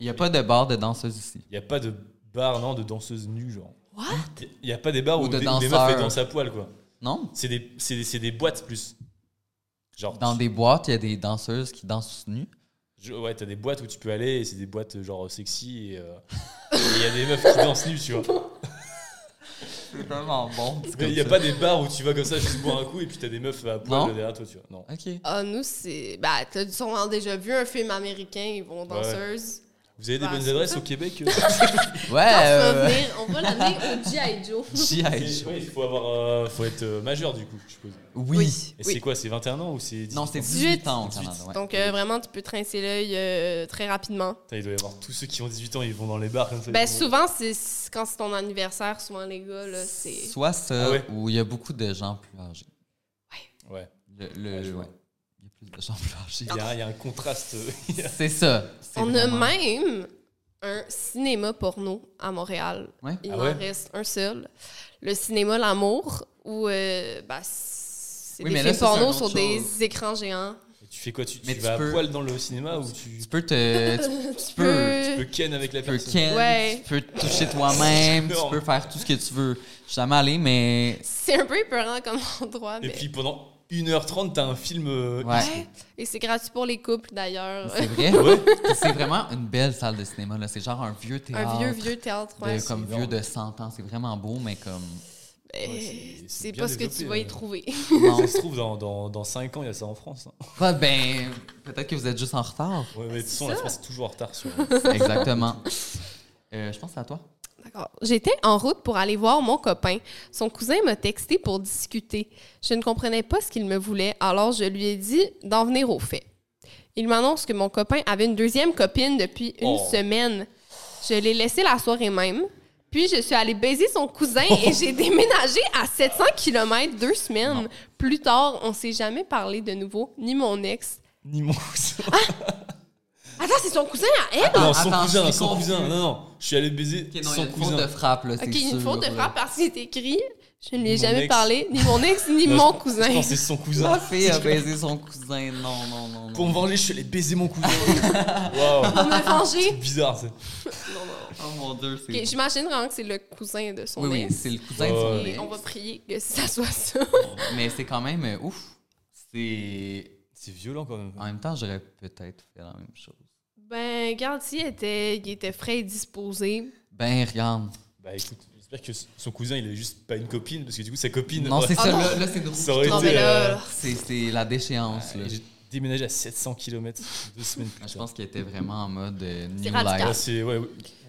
[SPEAKER 1] il n'y a pas de bar de danseuses ici.
[SPEAKER 3] il y a pas de bar non de danseuses nues genre.
[SPEAKER 2] What?
[SPEAKER 3] Il y a pas des bars
[SPEAKER 1] Ou
[SPEAKER 3] où,
[SPEAKER 1] de
[SPEAKER 3] des, où des meufs
[SPEAKER 1] danseurs.
[SPEAKER 3] elles dansent à poil quoi.
[SPEAKER 1] Non?
[SPEAKER 3] C'est des, c'est des, c'est des boîtes plus. Genre.
[SPEAKER 1] Dans
[SPEAKER 3] tu-
[SPEAKER 1] des boîtes, il y a des danseuses qui dansent nues.
[SPEAKER 3] Je- ouais, t'as des boîtes où tu peux aller, et c'est des boîtes euh, genre sexy, et euh, et il y a des meufs qui dansent nues,
[SPEAKER 2] (laughs)
[SPEAKER 3] tu vois.
[SPEAKER 1] C'est vraiment bon.
[SPEAKER 3] Mais il n'y a pas des bars où tu vas comme ça juste boire un coup, et puis t'as des meufs à poil
[SPEAKER 1] Non.
[SPEAKER 3] derrière toi, tu vois. Non.
[SPEAKER 1] OK.
[SPEAKER 2] Ah, nous, c'est. Bah, t'as sûrement déjà vu un film américain, ils vont aux
[SPEAKER 3] Ouais.
[SPEAKER 2] danseuses.
[SPEAKER 3] Vous avez des
[SPEAKER 2] Bah,
[SPEAKER 3] bonnes
[SPEAKER 2] c'est
[SPEAKER 3] adresses
[SPEAKER 2] ça.
[SPEAKER 3] au Québec
[SPEAKER 1] (laughs)
[SPEAKER 3] euh (laughs)
[SPEAKER 1] Ouais.
[SPEAKER 2] On va
[SPEAKER 1] euh,
[SPEAKER 2] venir- on va l'amener au G.I.
[SPEAKER 1] (laughs)
[SPEAKER 2] Joe.
[SPEAKER 1] G.I. Joe.
[SPEAKER 3] Il faut, avoir, euh, faut être euh, majeur, du coup, je suppose.
[SPEAKER 1] Oui.
[SPEAKER 3] Et
[SPEAKER 2] Oui.
[SPEAKER 3] c'est quoi, c'est 21 ans ou c'est 10
[SPEAKER 1] Non, c'est
[SPEAKER 2] 18
[SPEAKER 1] 18 ans au
[SPEAKER 3] 18.
[SPEAKER 1] Canada. ouais.
[SPEAKER 2] Donc, euh, vraiment, tu peux trincer l'œil euh, très rapidement.
[SPEAKER 3] Putain, il doit y avoir tous ceux qui ont 18 ans, ils vont dans les bars comme ça.
[SPEAKER 2] Ben,
[SPEAKER 3] ils vont-
[SPEAKER 2] souvent, c'est c'est- quand c'est ton anniversaire, souvent, les gars, là, c'est.
[SPEAKER 1] Soit ça,
[SPEAKER 3] Ah ouais.
[SPEAKER 1] ou il y a beaucoup de gens plus âgés.
[SPEAKER 3] Ouais.
[SPEAKER 1] Le, le-
[SPEAKER 3] Ouais, je vois.
[SPEAKER 1] ouais. Il y a plus de gens plus âgés.
[SPEAKER 3] Il y, a, il y a un contraste. euh, (laughs) il y a-
[SPEAKER 1] C'est ça. C'est
[SPEAKER 2] On a
[SPEAKER 1] vraiment-
[SPEAKER 2] même un cinéma porno à Montréal.
[SPEAKER 1] Ouais.
[SPEAKER 2] Il
[SPEAKER 3] Ah
[SPEAKER 2] en
[SPEAKER 3] ouais?
[SPEAKER 2] reste un seul. Le cinéma L'Amour, où euh, ben, c'est
[SPEAKER 1] Oui,
[SPEAKER 2] des
[SPEAKER 1] mais là,
[SPEAKER 2] films
[SPEAKER 1] ça, c'est
[SPEAKER 2] porno
[SPEAKER 1] un autre
[SPEAKER 2] sur des
[SPEAKER 1] chose.
[SPEAKER 2] écrans géants. (laughs)
[SPEAKER 3] Et tu fais quoi Tu, tu
[SPEAKER 1] Mais tu
[SPEAKER 3] vas
[SPEAKER 1] peux-
[SPEAKER 3] à poil dans le cinéma ou tu,
[SPEAKER 1] Tu peux te. Tu, tu peux.
[SPEAKER 3] tu peux ken avec la
[SPEAKER 1] Tu peux
[SPEAKER 3] personne
[SPEAKER 1] ken,
[SPEAKER 2] Ouais.
[SPEAKER 1] tu peux te toucher toi-même,
[SPEAKER 3] C'est
[SPEAKER 1] tu
[SPEAKER 3] énorme.
[SPEAKER 1] peux faire tout ce que tu veux. Je suis jamais allé, mais.
[SPEAKER 2] C'est un peu épeurant comme (laughs) endroit,
[SPEAKER 3] Et
[SPEAKER 2] mais...
[SPEAKER 3] puis pendant 1h30, t'as un film. euh,
[SPEAKER 1] Ouais.
[SPEAKER 2] Et c'est gratuit pour les couples, d'ailleurs.
[SPEAKER 1] C'est (laughs) vrai.
[SPEAKER 3] Ouais.
[SPEAKER 1] C'est vraiment une belle salle de cinéma. là. C'est genre un vieux théâtre.
[SPEAKER 2] (laughs) Un vieux, vieux théâtre.
[SPEAKER 1] de-
[SPEAKER 2] ouais.
[SPEAKER 1] Ben, comme vieux de 100 ans. C'est vraiment beau, mais comme.
[SPEAKER 2] Ben,
[SPEAKER 3] Ouais, c'est- c'est
[SPEAKER 2] c'est
[SPEAKER 3] bien
[SPEAKER 2] pas ce que
[SPEAKER 3] développé,
[SPEAKER 2] tu vas y
[SPEAKER 3] euh.
[SPEAKER 1] hein.
[SPEAKER 2] trouver. (laughs)
[SPEAKER 1] Non.
[SPEAKER 3] Ça se trouve, dans, dans, 5 ans, il y a ça en France. hein.
[SPEAKER 1] Ah, ben, peut-être que vous êtes juste en retard.
[SPEAKER 3] Ouais, mais de toute façon, la France est toujours en retard
[SPEAKER 1] (laughs)
[SPEAKER 3] sur.
[SPEAKER 1] Exactement. Euh, je pense à toi.
[SPEAKER 2] D'accord. J'étais en route pour aller voir mon copain. Son cousin m'a texté pour discuter. Je ne comprenais pas ce qu'il me voulait, alors je lui ai dit d'en venir au fait. Il m'annonce que mon copain avait une deuxième copine depuis une
[SPEAKER 3] Oh.
[SPEAKER 2] semaine. Je l'ai laissé la soirée même. Puis je suis allée baiser son (laughs) cousin et j'ai déménagé à 700 km deux semaines. Plus tard, on s'est jamais parlé de nouveau, ni mon ex.
[SPEAKER 3] Ni mon
[SPEAKER 1] Ah,
[SPEAKER 2] Attends, c'est son cousin à elle?
[SPEAKER 3] non, son
[SPEAKER 1] attends, je
[SPEAKER 3] cousin,
[SPEAKER 1] suis
[SPEAKER 3] son
[SPEAKER 1] confus.
[SPEAKER 3] cousin. Non, non, je suis allé
[SPEAKER 1] Ok,
[SPEAKER 3] baiser
[SPEAKER 1] non, il y a
[SPEAKER 3] son
[SPEAKER 1] une faute de
[SPEAKER 3] cousin.
[SPEAKER 1] frappe, là. c'est
[SPEAKER 2] Ok, une
[SPEAKER 1] sûr,
[SPEAKER 2] faute de
[SPEAKER 1] là.
[SPEAKER 2] frappe parce qu'il est écrit Je ne lui ai
[SPEAKER 3] Mon
[SPEAKER 2] jamais
[SPEAKER 3] ex.
[SPEAKER 2] parlé, ni mon ex, ni
[SPEAKER 3] (laughs) Non,
[SPEAKER 2] mon
[SPEAKER 3] je-
[SPEAKER 2] cousin.
[SPEAKER 3] Je pensais son cousin.
[SPEAKER 1] La fille a baisé son cousin. Non, non, non.
[SPEAKER 3] Pour
[SPEAKER 1] non.
[SPEAKER 3] me venger, je suis allé baiser mon
[SPEAKER 1] (laughs)
[SPEAKER 3] cousin. Waouh.
[SPEAKER 2] Pour me
[SPEAKER 3] (laughs)
[SPEAKER 2] venger.
[SPEAKER 3] Bizarre, ça.
[SPEAKER 1] Oh mon dieu, c'est.
[SPEAKER 2] Ok, J'imagine vraiment que c'est le cousin de son
[SPEAKER 1] oui, oui,
[SPEAKER 2] ex.
[SPEAKER 1] c'est le cousin
[SPEAKER 3] Ouais.
[SPEAKER 1] de
[SPEAKER 2] Et
[SPEAKER 1] son
[SPEAKER 2] on
[SPEAKER 1] ex.
[SPEAKER 2] va prier que ça soit ça.
[SPEAKER 1] Mais c'est quand même euh, ouf. C'est.
[SPEAKER 3] C'est violent quand même.
[SPEAKER 1] En même temps, j'aurais peut-être fait la même chose.
[SPEAKER 2] (laughs) ben, regarde, il était, il était frais et disposé.
[SPEAKER 1] Ben, regarde.
[SPEAKER 3] Bah écoute, j'espère que son cousin, il a juste pas une copine, parce que du coup, sa copine.
[SPEAKER 1] Non, c'est
[SPEAKER 2] Ah
[SPEAKER 1] ça.
[SPEAKER 2] non.
[SPEAKER 1] Là, là, c'est drôle.
[SPEAKER 3] (laughs) Ça aurait
[SPEAKER 2] Non,
[SPEAKER 3] été,
[SPEAKER 2] mais là,
[SPEAKER 3] euh,
[SPEAKER 1] C'est c'est la déchéance. là.
[SPEAKER 3] J'ai déménagé à 700 km deux semaines plus
[SPEAKER 1] Ah, Je
[SPEAKER 3] tard.
[SPEAKER 1] pense qu'il était vraiment en mode euh, new
[SPEAKER 2] radical.
[SPEAKER 3] Là,
[SPEAKER 1] life.
[SPEAKER 3] c'est ouais,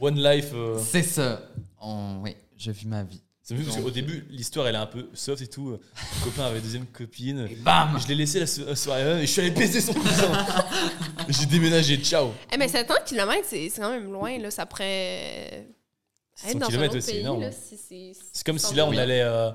[SPEAKER 3] One Life. euh,
[SPEAKER 1] C'est ça. On- Oui, je vis ma vie.
[SPEAKER 3] C'est mieux parce qu'au début, l'histoire, elle est un peu soft et tout. euh,
[SPEAKER 1] (laughs)
[SPEAKER 3] Mon copain avait une deuxième copine.
[SPEAKER 1] Bam!
[SPEAKER 3] Je l'ai laissé la, so- la soirée même et je suis allé baiser
[SPEAKER 1] (laughs)
[SPEAKER 3] son cousin. J'ai déménagé, ciao.
[SPEAKER 2] Eh, mais 700 km, c'est c'est quand même loin, là. Ça pourrait. Être
[SPEAKER 3] 100
[SPEAKER 2] Eh, dans un
[SPEAKER 3] kilomètres, ouais,
[SPEAKER 2] autre
[SPEAKER 3] c'est
[SPEAKER 2] pays,
[SPEAKER 3] énorme.
[SPEAKER 2] là, si c'est.
[SPEAKER 3] C'est comme si là, on allait. euh,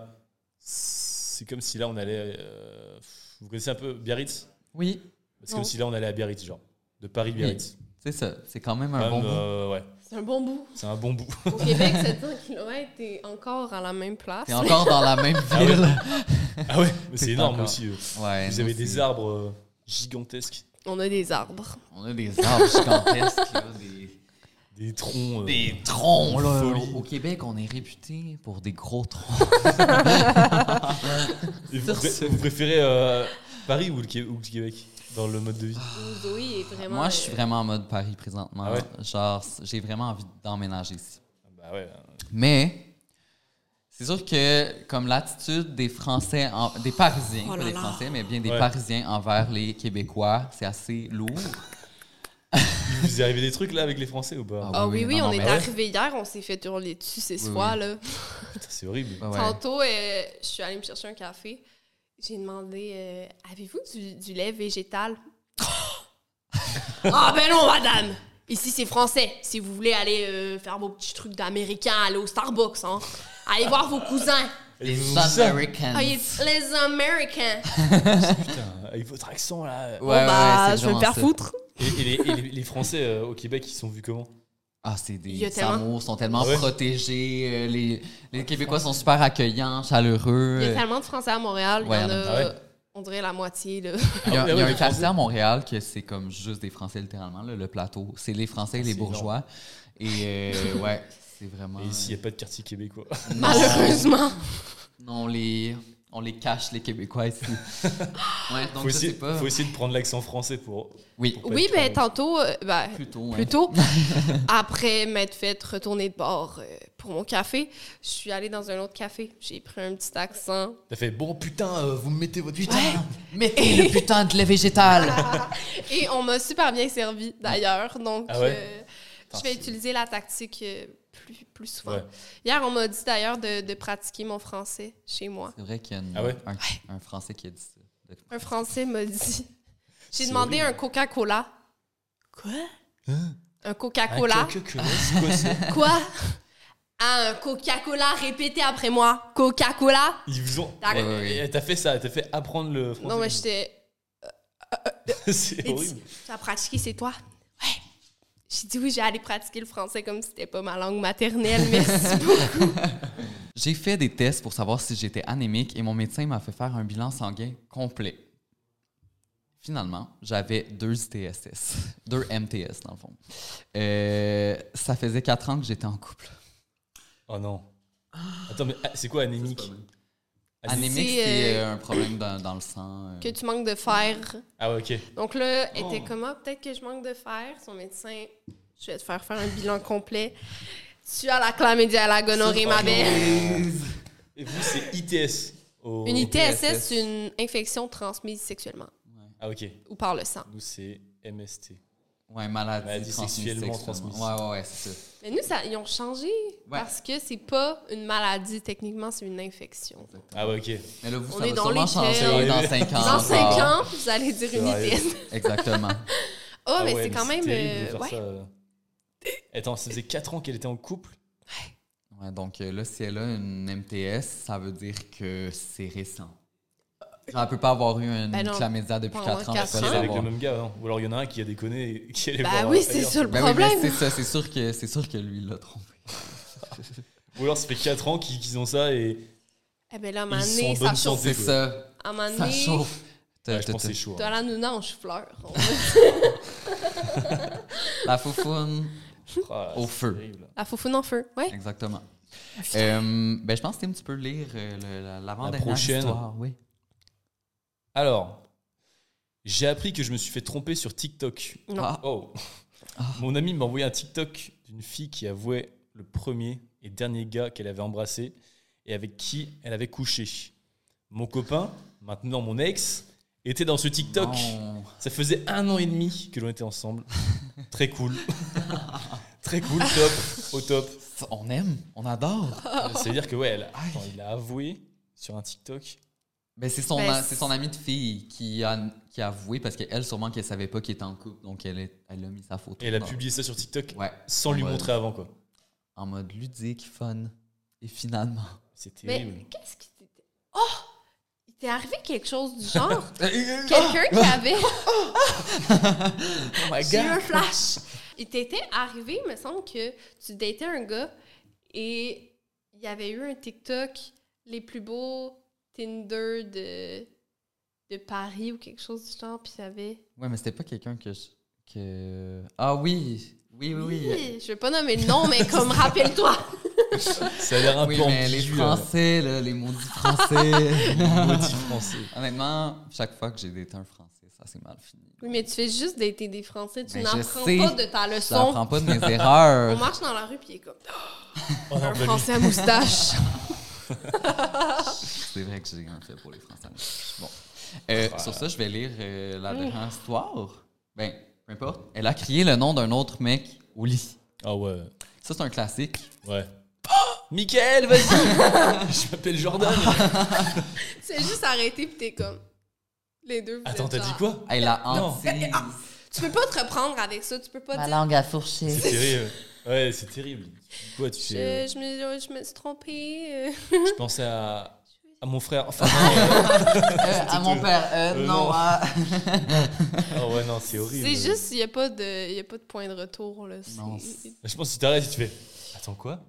[SPEAKER 3] c'est comme si là, on allait. euh, vous connaissez un peu Biarritz
[SPEAKER 1] Oui,
[SPEAKER 3] C'est comme
[SPEAKER 2] Non.
[SPEAKER 3] si là, on allait à Biarritz, genre. De Paris-Biarritz.
[SPEAKER 1] c'est ça. C'est quand même un
[SPEAKER 3] Quand
[SPEAKER 1] bon
[SPEAKER 3] même,
[SPEAKER 1] bout.
[SPEAKER 3] euh, ouais,
[SPEAKER 2] C'est un bon
[SPEAKER 3] (laughs)
[SPEAKER 2] bout.
[SPEAKER 3] c'est un bon bout.
[SPEAKER 1] (laughs)
[SPEAKER 2] Au Québec, 700 km, t'es encore à la même place.
[SPEAKER 1] T'es encore dans la (laughs) même
[SPEAKER 3] Ah ouais.
[SPEAKER 1] ville.
[SPEAKER 3] ah ouais, mais c'est
[SPEAKER 1] T'es
[SPEAKER 3] énorme
[SPEAKER 1] encore-
[SPEAKER 3] aussi. euh.
[SPEAKER 1] Ouais,
[SPEAKER 3] Vous
[SPEAKER 1] nous,
[SPEAKER 3] avez des
[SPEAKER 1] c'est-
[SPEAKER 3] arbres euh, gigantesques,
[SPEAKER 2] On a des arbres.
[SPEAKER 1] On a des arbres gigantesques, là, des,
[SPEAKER 3] des troncs. euh,
[SPEAKER 1] des troncs. Là.
[SPEAKER 3] Folie.
[SPEAKER 1] Au Québec, on est réputé pour des gros troncs.
[SPEAKER 3] et vous,
[SPEAKER 1] sur
[SPEAKER 3] pré-
[SPEAKER 1] ce-
[SPEAKER 3] vous préférez euh, Paris ou le, Qué- ou le Québec dans le mode de vie
[SPEAKER 1] Ah.
[SPEAKER 2] Zoé est vraiment.
[SPEAKER 1] Moi, je suis
[SPEAKER 2] euh,
[SPEAKER 1] vraiment en mode Paris présentement.
[SPEAKER 3] Ah ouais?
[SPEAKER 1] Genre, c- j'ai vraiment envie d'emménager ici.
[SPEAKER 3] Bah ouais. hein.
[SPEAKER 1] Mais c'est sûr que comme l'attitude des Français, en- des Parisiens,
[SPEAKER 2] Oh
[SPEAKER 1] pas des Français, mais bien des
[SPEAKER 3] Ouais.
[SPEAKER 1] Parisiens envers les Québécois, c'est assez lourd.
[SPEAKER 3] Vous y arrivez des trucs là avec les Français ou pas
[SPEAKER 1] Ah
[SPEAKER 2] Ah oui, oui,
[SPEAKER 1] non,
[SPEAKER 2] on
[SPEAKER 1] non,
[SPEAKER 2] est
[SPEAKER 1] mais-
[SPEAKER 2] arrivé hier, on s'est fait hurler dessus ces
[SPEAKER 1] Oui,
[SPEAKER 2] soirs, là.
[SPEAKER 3] Putain, C'est horrible.
[SPEAKER 1] Ah Ouais, ouais.
[SPEAKER 2] Tantôt, euh, je suis allée me chercher un café. J'ai demandé euh, Avez-vous du, du
[SPEAKER 1] (laughs)
[SPEAKER 2] lait végétal Ah ben non, madame Ici, c'est français. Si vous voulez aller euh, faire vos petits trucs d'américain, aller au Starbucks, hein. allez voir vos cousins.
[SPEAKER 3] Ils vous
[SPEAKER 1] Les
[SPEAKER 3] ont dit ça.
[SPEAKER 1] Americans.
[SPEAKER 2] Ah, il est- les Américains.
[SPEAKER 3] Putain, avec votre accent là.
[SPEAKER 1] Ouais, ouais,
[SPEAKER 2] bah,
[SPEAKER 1] c'est
[SPEAKER 2] je vais me
[SPEAKER 1] vraiment
[SPEAKER 2] faire
[SPEAKER 1] ça.
[SPEAKER 2] foutre.
[SPEAKER 3] Et, et les, et les- les Français euh, au Québec, ils sont vus comment
[SPEAKER 1] Ah, c'est
[SPEAKER 2] Il y a
[SPEAKER 1] des
[SPEAKER 2] tellement-
[SPEAKER 1] amours sont tellement
[SPEAKER 3] Ah Ouais.
[SPEAKER 1] protégés. euh, Les, les Québécois sont super accueillants, chaleureux.
[SPEAKER 2] Il y a tellement de Français à Montréal,
[SPEAKER 1] Ouais,
[SPEAKER 2] il y en a,
[SPEAKER 3] ah ouais.
[SPEAKER 2] on dirait la moitié, là.
[SPEAKER 1] Il y
[SPEAKER 3] Ah
[SPEAKER 1] a,
[SPEAKER 3] ouais,
[SPEAKER 1] il y a
[SPEAKER 3] ouais,
[SPEAKER 1] un
[SPEAKER 3] les Français.
[SPEAKER 1] quartier à Montréal que c'est comme juste des Français littéralement, là, le plateau. C'est les Français et les
[SPEAKER 3] Ah, C'est
[SPEAKER 1] bourgeois. Et euh, ouais, c'est vraiment.
[SPEAKER 3] Et ici, il n'y a pas de quartier québécois.
[SPEAKER 1] Non,
[SPEAKER 2] (laughs) Malheureusement.
[SPEAKER 1] on les, on les cache, les Québécois
[SPEAKER 2] (laughs)
[SPEAKER 1] ici. ouais, donc je
[SPEAKER 3] Faut
[SPEAKER 1] sais
[SPEAKER 3] essayer,
[SPEAKER 1] pas.
[SPEAKER 3] faut essayer de prendre l'accent français pour.
[SPEAKER 1] Oui,
[SPEAKER 2] Oui,
[SPEAKER 3] Ouais,
[SPEAKER 2] ben tantôt, euh, ben,
[SPEAKER 1] plutôt.
[SPEAKER 3] hein.
[SPEAKER 1] ouais.
[SPEAKER 3] (laughs)
[SPEAKER 2] plutôt, après m'être fait retourner de bord euh, pour mon café, je suis allée dans un autre café. J'ai pris un petit accent.
[SPEAKER 3] T'as fait bon putain, euh, vous me mettez votre putain.
[SPEAKER 1] Mettez le putain de lait végétal.
[SPEAKER 2] (laughs) Et on m'a super bien servi, d'ailleurs. Donc,
[SPEAKER 3] Ah ouais?
[SPEAKER 2] euh, je vais utiliser la tactique euh, plus, plus souvent.
[SPEAKER 3] Ouais.
[SPEAKER 2] Hier, on m'a dit d'ailleurs de, de pratiquer mon français chez moi.
[SPEAKER 1] C'est vrai qu'il y a une-
[SPEAKER 3] Ah ouais?
[SPEAKER 1] un, un Français qui a dit ça.
[SPEAKER 2] Un français m'a
[SPEAKER 3] (laughs)
[SPEAKER 2] dit. J'ai
[SPEAKER 3] C'est
[SPEAKER 2] demandé
[SPEAKER 3] horrible. Hein?
[SPEAKER 2] un Coca-Cola. Quoi? Un Coca-Cola.
[SPEAKER 3] Ah, que- que- que- c'est quoi ça
[SPEAKER 2] Quoi? Ah, un Coca-Cola, répétez après moi. Coca-Cola.
[SPEAKER 3] Ils vous ont.
[SPEAKER 2] D'accord.
[SPEAKER 3] Ouais, ouais, ouais. T'as fait ça, t'as fait apprendre le français.
[SPEAKER 2] Non, mais j'étais.
[SPEAKER 3] (laughs) c'est
[SPEAKER 2] Et tu
[SPEAKER 3] horrible.
[SPEAKER 2] as pratiqué, c'est toi? Ouais. J'ai dit oui, j'ai allé pratiquer le français comme si c'était pas ma langue maternelle.
[SPEAKER 3] (laughs)
[SPEAKER 2] Merci beaucoup.
[SPEAKER 1] J'ai fait des tests pour savoir si j'étais anémique et mon médecin m'a fait faire un bilan sanguin complet. Finalement, j'avais deux ITSS, deux MTS dans le fond. Euh, ça faisait quatre ans que j'étais en couple.
[SPEAKER 3] Oh non. Attends, mais ah, c'est quoi anémique Ah,
[SPEAKER 1] Anémique,
[SPEAKER 2] C'est,
[SPEAKER 1] c'est
[SPEAKER 2] euh,
[SPEAKER 1] euh, un problème dans, dans le sang. euh.
[SPEAKER 2] que tu manques de fer.
[SPEAKER 3] Ah ouais, ok.
[SPEAKER 2] Donc là, elle
[SPEAKER 3] Oh.
[SPEAKER 2] était comme, Ah, peut-être que je manque de fer. Son médecin, je vais te faire faire un bilan complet. Tu as la chlamydia à la gonorrhée, ma belle.
[SPEAKER 3] Et vous, c'est ITS. au-
[SPEAKER 2] Une ITSS, c'est une infection transmise sexuellement
[SPEAKER 3] Ah ok.
[SPEAKER 2] ou par le sang.
[SPEAKER 3] Nous, c'est MST.
[SPEAKER 1] Ouais, maladie,
[SPEAKER 3] Maladie
[SPEAKER 1] transmise
[SPEAKER 3] sexuellement
[SPEAKER 1] sexuellement.
[SPEAKER 3] transmise.
[SPEAKER 1] Ouais, ouais, ouais, c'est ça.
[SPEAKER 2] Mais nous, ça, ils ont changé parce que c'est pas une maladie. Techniquement, c'est une infection.
[SPEAKER 3] Ah ouais, ok.
[SPEAKER 1] Mais là, vous,
[SPEAKER 2] On
[SPEAKER 1] ça
[SPEAKER 2] est
[SPEAKER 1] va
[SPEAKER 2] dans
[SPEAKER 1] sûrement
[SPEAKER 2] les
[SPEAKER 1] changer
[SPEAKER 2] termes.
[SPEAKER 1] dans 5 ans.
[SPEAKER 2] Dans cinq
[SPEAKER 1] genre.
[SPEAKER 2] ans, vous allez dire une
[SPEAKER 3] vrai.
[SPEAKER 2] ITSS.
[SPEAKER 1] (laughs) Exactement.
[SPEAKER 2] Oh,
[SPEAKER 3] Ah
[SPEAKER 2] mais
[SPEAKER 3] ouais,
[SPEAKER 2] c'est quand même.
[SPEAKER 3] terrible de
[SPEAKER 2] euh,
[SPEAKER 3] faire
[SPEAKER 2] ouais.
[SPEAKER 3] ça, euh. Attends, ça faisait 4 ans qu'elle était en couple.
[SPEAKER 1] Ouais, donc euh, là, si elle a une MTS, ça veut dire que c'est récent. Genre, elle peut pas avoir eu une
[SPEAKER 2] Ben non,
[SPEAKER 1] chlamydia depuis
[SPEAKER 2] pas
[SPEAKER 1] 4 ans.
[SPEAKER 2] en quatre
[SPEAKER 1] elle peut Ben le
[SPEAKER 2] ans.
[SPEAKER 3] Elle est avec
[SPEAKER 1] savoir.
[SPEAKER 3] le même gars, non Ou alors il y en a un qui a déconné et (laughs) qui allait
[SPEAKER 2] Bah
[SPEAKER 3] voir euh,
[SPEAKER 2] oui,
[SPEAKER 3] ailleurs.
[SPEAKER 2] c'est ça le
[SPEAKER 1] Ben oui, mais
[SPEAKER 2] problème.
[SPEAKER 1] c'est ça, c'est sûr que c'est sûr que lui il l'a trompé.
[SPEAKER 3] Ou alors ça fait 4 ans qu'ils qu'ils ont ça et
[SPEAKER 2] Eh bien là, à un
[SPEAKER 3] Ils
[SPEAKER 2] moment
[SPEAKER 3] sont
[SPEAKER 2] donné,
[SPEAKER 3] en
[SPEAKER 2] ça
[SPEAKER 3] bonne
[SPEAKER 2] chauffe.
[SPEAKER 3] santé.
[SPEAKER 1] C'est ça.
[SPEAKER 2] À un moment
[SPEAKER 1] Ça
[SPEAKER 2] donné,
[SPEAKER 1] chauffe.
[SPEAKER 3] Ouais, je pense que c'est
[SPEAKER 1] T'as-
[SPEAKER 3] chaud. hein.
[SPEAKER 2] T'as la nouna en chou-fleur.
[SPEAKER 1] t'as- La foufoune
[SPEAKER 3] Ah,
[SPEAKER 1] au
[SPEAKER 3] c'est
[SPEAKER 1] feu.
[SPEAKER 3] terrible.
[SPEAKER 2] La foufoune en feu, oui.
[SPEAKER 1] Exactement. Euh, ben, je pense que Tim, tu peux lire euh, le- la- l'avant-dernière
[SPEAKER 3] La prochaine.
[SPEAKER 1] histoire. Oui.
[SPEAKER 3] Alors, j'ai appris que je me suis fait tromper sur TikTok.
[SPEAKER 1] Ah,
[SPEAKER 3] Oh. Mon ami m'a envoyé un TikTok d'une fille qui avouait le premier et dernier gars qu'elle avait embrassé et avec qui elle avait couché. Mon copain, maintenant mon ex, était dans ce TikTok.
[SPEAKER 1] non.
[SPEAKER 3] Ça faisait un an et demi que l'on
[SPEAKER 1] (laughs)
[SPEAKER 3] était ensemble. Très cool. Très cool, top, au top.
[SPEAKER 1] On aime, on adore.
[SPEAKER 3] C'est-à-dire que ouais, elle-
[SPEAKER 1] Ah
[SPEAKER 3] attends, il a avoué sur un TikTok.
[SPEAKER 1] Ben, c'est son,
[SPEAKER 2] Ben,
[SPEAKER 1] a- c'est son amie de fille qui a, qui a avoué parce qu'elle, sûrement qu'elle savait pas qu'elle était en couple, donc elle, est- elle a mis sa photo.
[SPEAKER 3] Et elle a
[SPEAKER 1] dans-
[SPEAKER 3] publié ça sur TikTok
[SPEAKER 1] Ouais.
[SPEAKER 3] sans lui
[SPEAKER 1] Ouais.
[SPEAKER 3] montrer avant quoi.
[SPEAKER 1] En mode ludique, fun. Et finalement.
[SPEAKER 3] C'est
[SPEAKER 2] Mais
[SPEAKER 3] terrible.
[SPEAKER 2] qu'est-ce qui t'était. Oh! Il t'est arrivé quelque chose du genre? Quelqu'un qui avait.
[SPEAKER 1] Oh my
[SPEAKER 2] J'ai eu un flash! (laughs) Il t'était arrivé, il me semble, que tu datais un gars et il y avait eu un TikTok, les plus beaux Tinder de, de Paris ou quelque chose du genre, puis il y avait.
[SPEAKER 1] (laughs) Ouais, mais c'était pas quelqu'un que, je- que. Ah oui! Oui, oui, oui.
[SPEAKER 2] Oui, Je vais pas nommer le nom, mais
[SPEAKER 1] (laughs)
[SPEAKER 2] comme rappelle-toi!
[SPEAKER 3] Ça a l'air un
[SPEAKER 1] Oui,
[SPEAKER 3] peu
[SPEAKER 1] mais les
[SPEAKER 3] ambigu, hein.
[SPEAKER 1] Français, là, les maudits Français.
[SPEAKER 3] (laughs) Maudit français.
[SPEAKER 1] Honnêtement, chaque fois que j'ai daté un Français, ça c'est mal fini.
[SPEAKER 2] Oui, mais tu fais juste dater des Français, tu
[SPEAKER 1] Mais
[SPEAKER 2] n'en
[SPEAKER 1] Ben, je
[SPEAKER 2] prends
[SPEAKER 1] sais,
[SPEAKER 2] pas de ta
[SPEAKER 1] Ça
[SPEAKER 2] leçon.
[SPEAKER 1] apprend pas de mes
[SPEAKER 2] On
[SPEAKER 1] erreurs.
[SPEAKER 2] marche dans la rue, puis il est comme.
[SPEAKER 3] Oh non,
[SPEAKER 2] un
[SPEAKER 3] bah lui.
[SPEAKER 2] Français
[SPEAKER 1] (laughs)
[SPEAKER 2] à moustache!
[SPEAKER 1] C'est vrai que j'ai un fait pour les Français. Bon. Euh, Sur ça, je vais lire euh, la dernière histoire. Ben, peu importe. Elle a crié le nom d'un autre mec au lit.
[SPEAKER 3] Ah ouais.
[SPEAKER 1] Ça, c'est un classique.
[SPEAKER 3] Ouais. (gasps) Michael, vas-y (laughs) Je m'appelle (laughs) Jordan.
[SPEAKER 2] C'est juste arrêté puis t'es comme. Les deux. vous
[SPEAKER 3] Attends,
[SPEAKER 2] êtes
[SPEAKER 3] t'as dit
[SPEAKER 2] genre-
[SPEAKER 3] quoi
[SPEAKER 1] Elle a
[SPEAKER 3] Non.
[SPEAKER 1] hantise.
[SPEAKER 2] Tu peux pas te reprendre avec ça, tu peux pas dire.
[SPEAKER 1] langue à fourcher.
[SPEAKER 3] C'est terrible. Ouais, c'est terrible. Quoi, tu
[SPEAKER 2] Je,
[SPEAKER 3] fais. euh,
[SPEAKER 2] je me, je me
[SPEAKER 1] (laughs)
[SPEAKER 2] suis trompée. euh.
[SPEAKER 3] Je pensais à, à mon frère. Enfin, (laughs) non,
[SPEAKER 1] à mon père. euh,
[SPEAKER 3] Euh,
[SPEAKER 1] non.
[SPEAKER 3] non.
[SPEAKER 1] ah.
[SPEAKER 3] euh, oh ouais, non, c'est horrible.
[SPEAKER 2] C'est juste, il n'y a, pas de- y a pas de point de retour. Là. c'est-
[SPEAKER 1] Non, c'est-
[SPEAKER 3] Bah, Je pense que tu t'arrêtes et tu fais. Attends, (laughs) quoi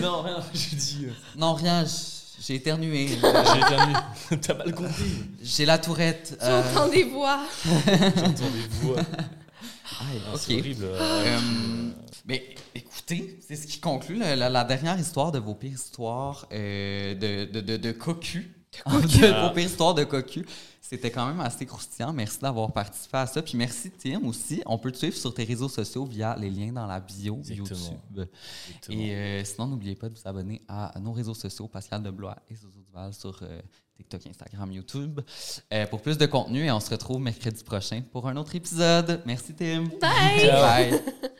[SPEAKER 3] Non, rien, j'ai dit. euh,
[SPEAKER 1] Non, rien. j- J'ai éternué.
[SPEAKER 3] J'ai éternué. (laughs) T'as mal compris.
[SPEAKER 1] J'ai la tourette.
[SPEAKER 2] Tu
[SPEAKER 1] euh,
[SPEAKER 2] entends des voix.
[SPEAKER 3] J'entends des voix.
[SPEAKER 1] aïe,
[SPEAKER 3] Ah, C'est
[SPEAKER 1] ok.
[SPEAKER 3] horrible. euh,
[SPEAKER 1] Euh, mais écoutez, c'est ce qui conclut la, la- la dernière histoire de vos pires histoires euh, de, de, de, de cocu.
[SPEAKER 3] Ah.
[SPEAKER 1] De vos pires histoires de cocu. C'était quand même assez croustillant. Merci d'avoir participé à ça. Puis merci, Tim, aussi. On peut te suivre sur tes réseaux sociaux via les liens dans la bio
[SPEAKER 3] Exactement.
[SPEAKER 1] YouTube.
[SPEAKER 3] Exactement.
[SPEAKER 1] Et euh, sinon, n'oubliez pas de vous abonner à nos réseaux sociaux, Pascal Deblois et Zozo Duval sur euh, TikTok, Instagram, YouTube, euh, pour plus de contenu. Et on se retrouve mercredi prochain pour un autre épisode. Merci, Tim. (laughs)
[SPEAKER 2] Bye!
[SPEAKER 1] Bye.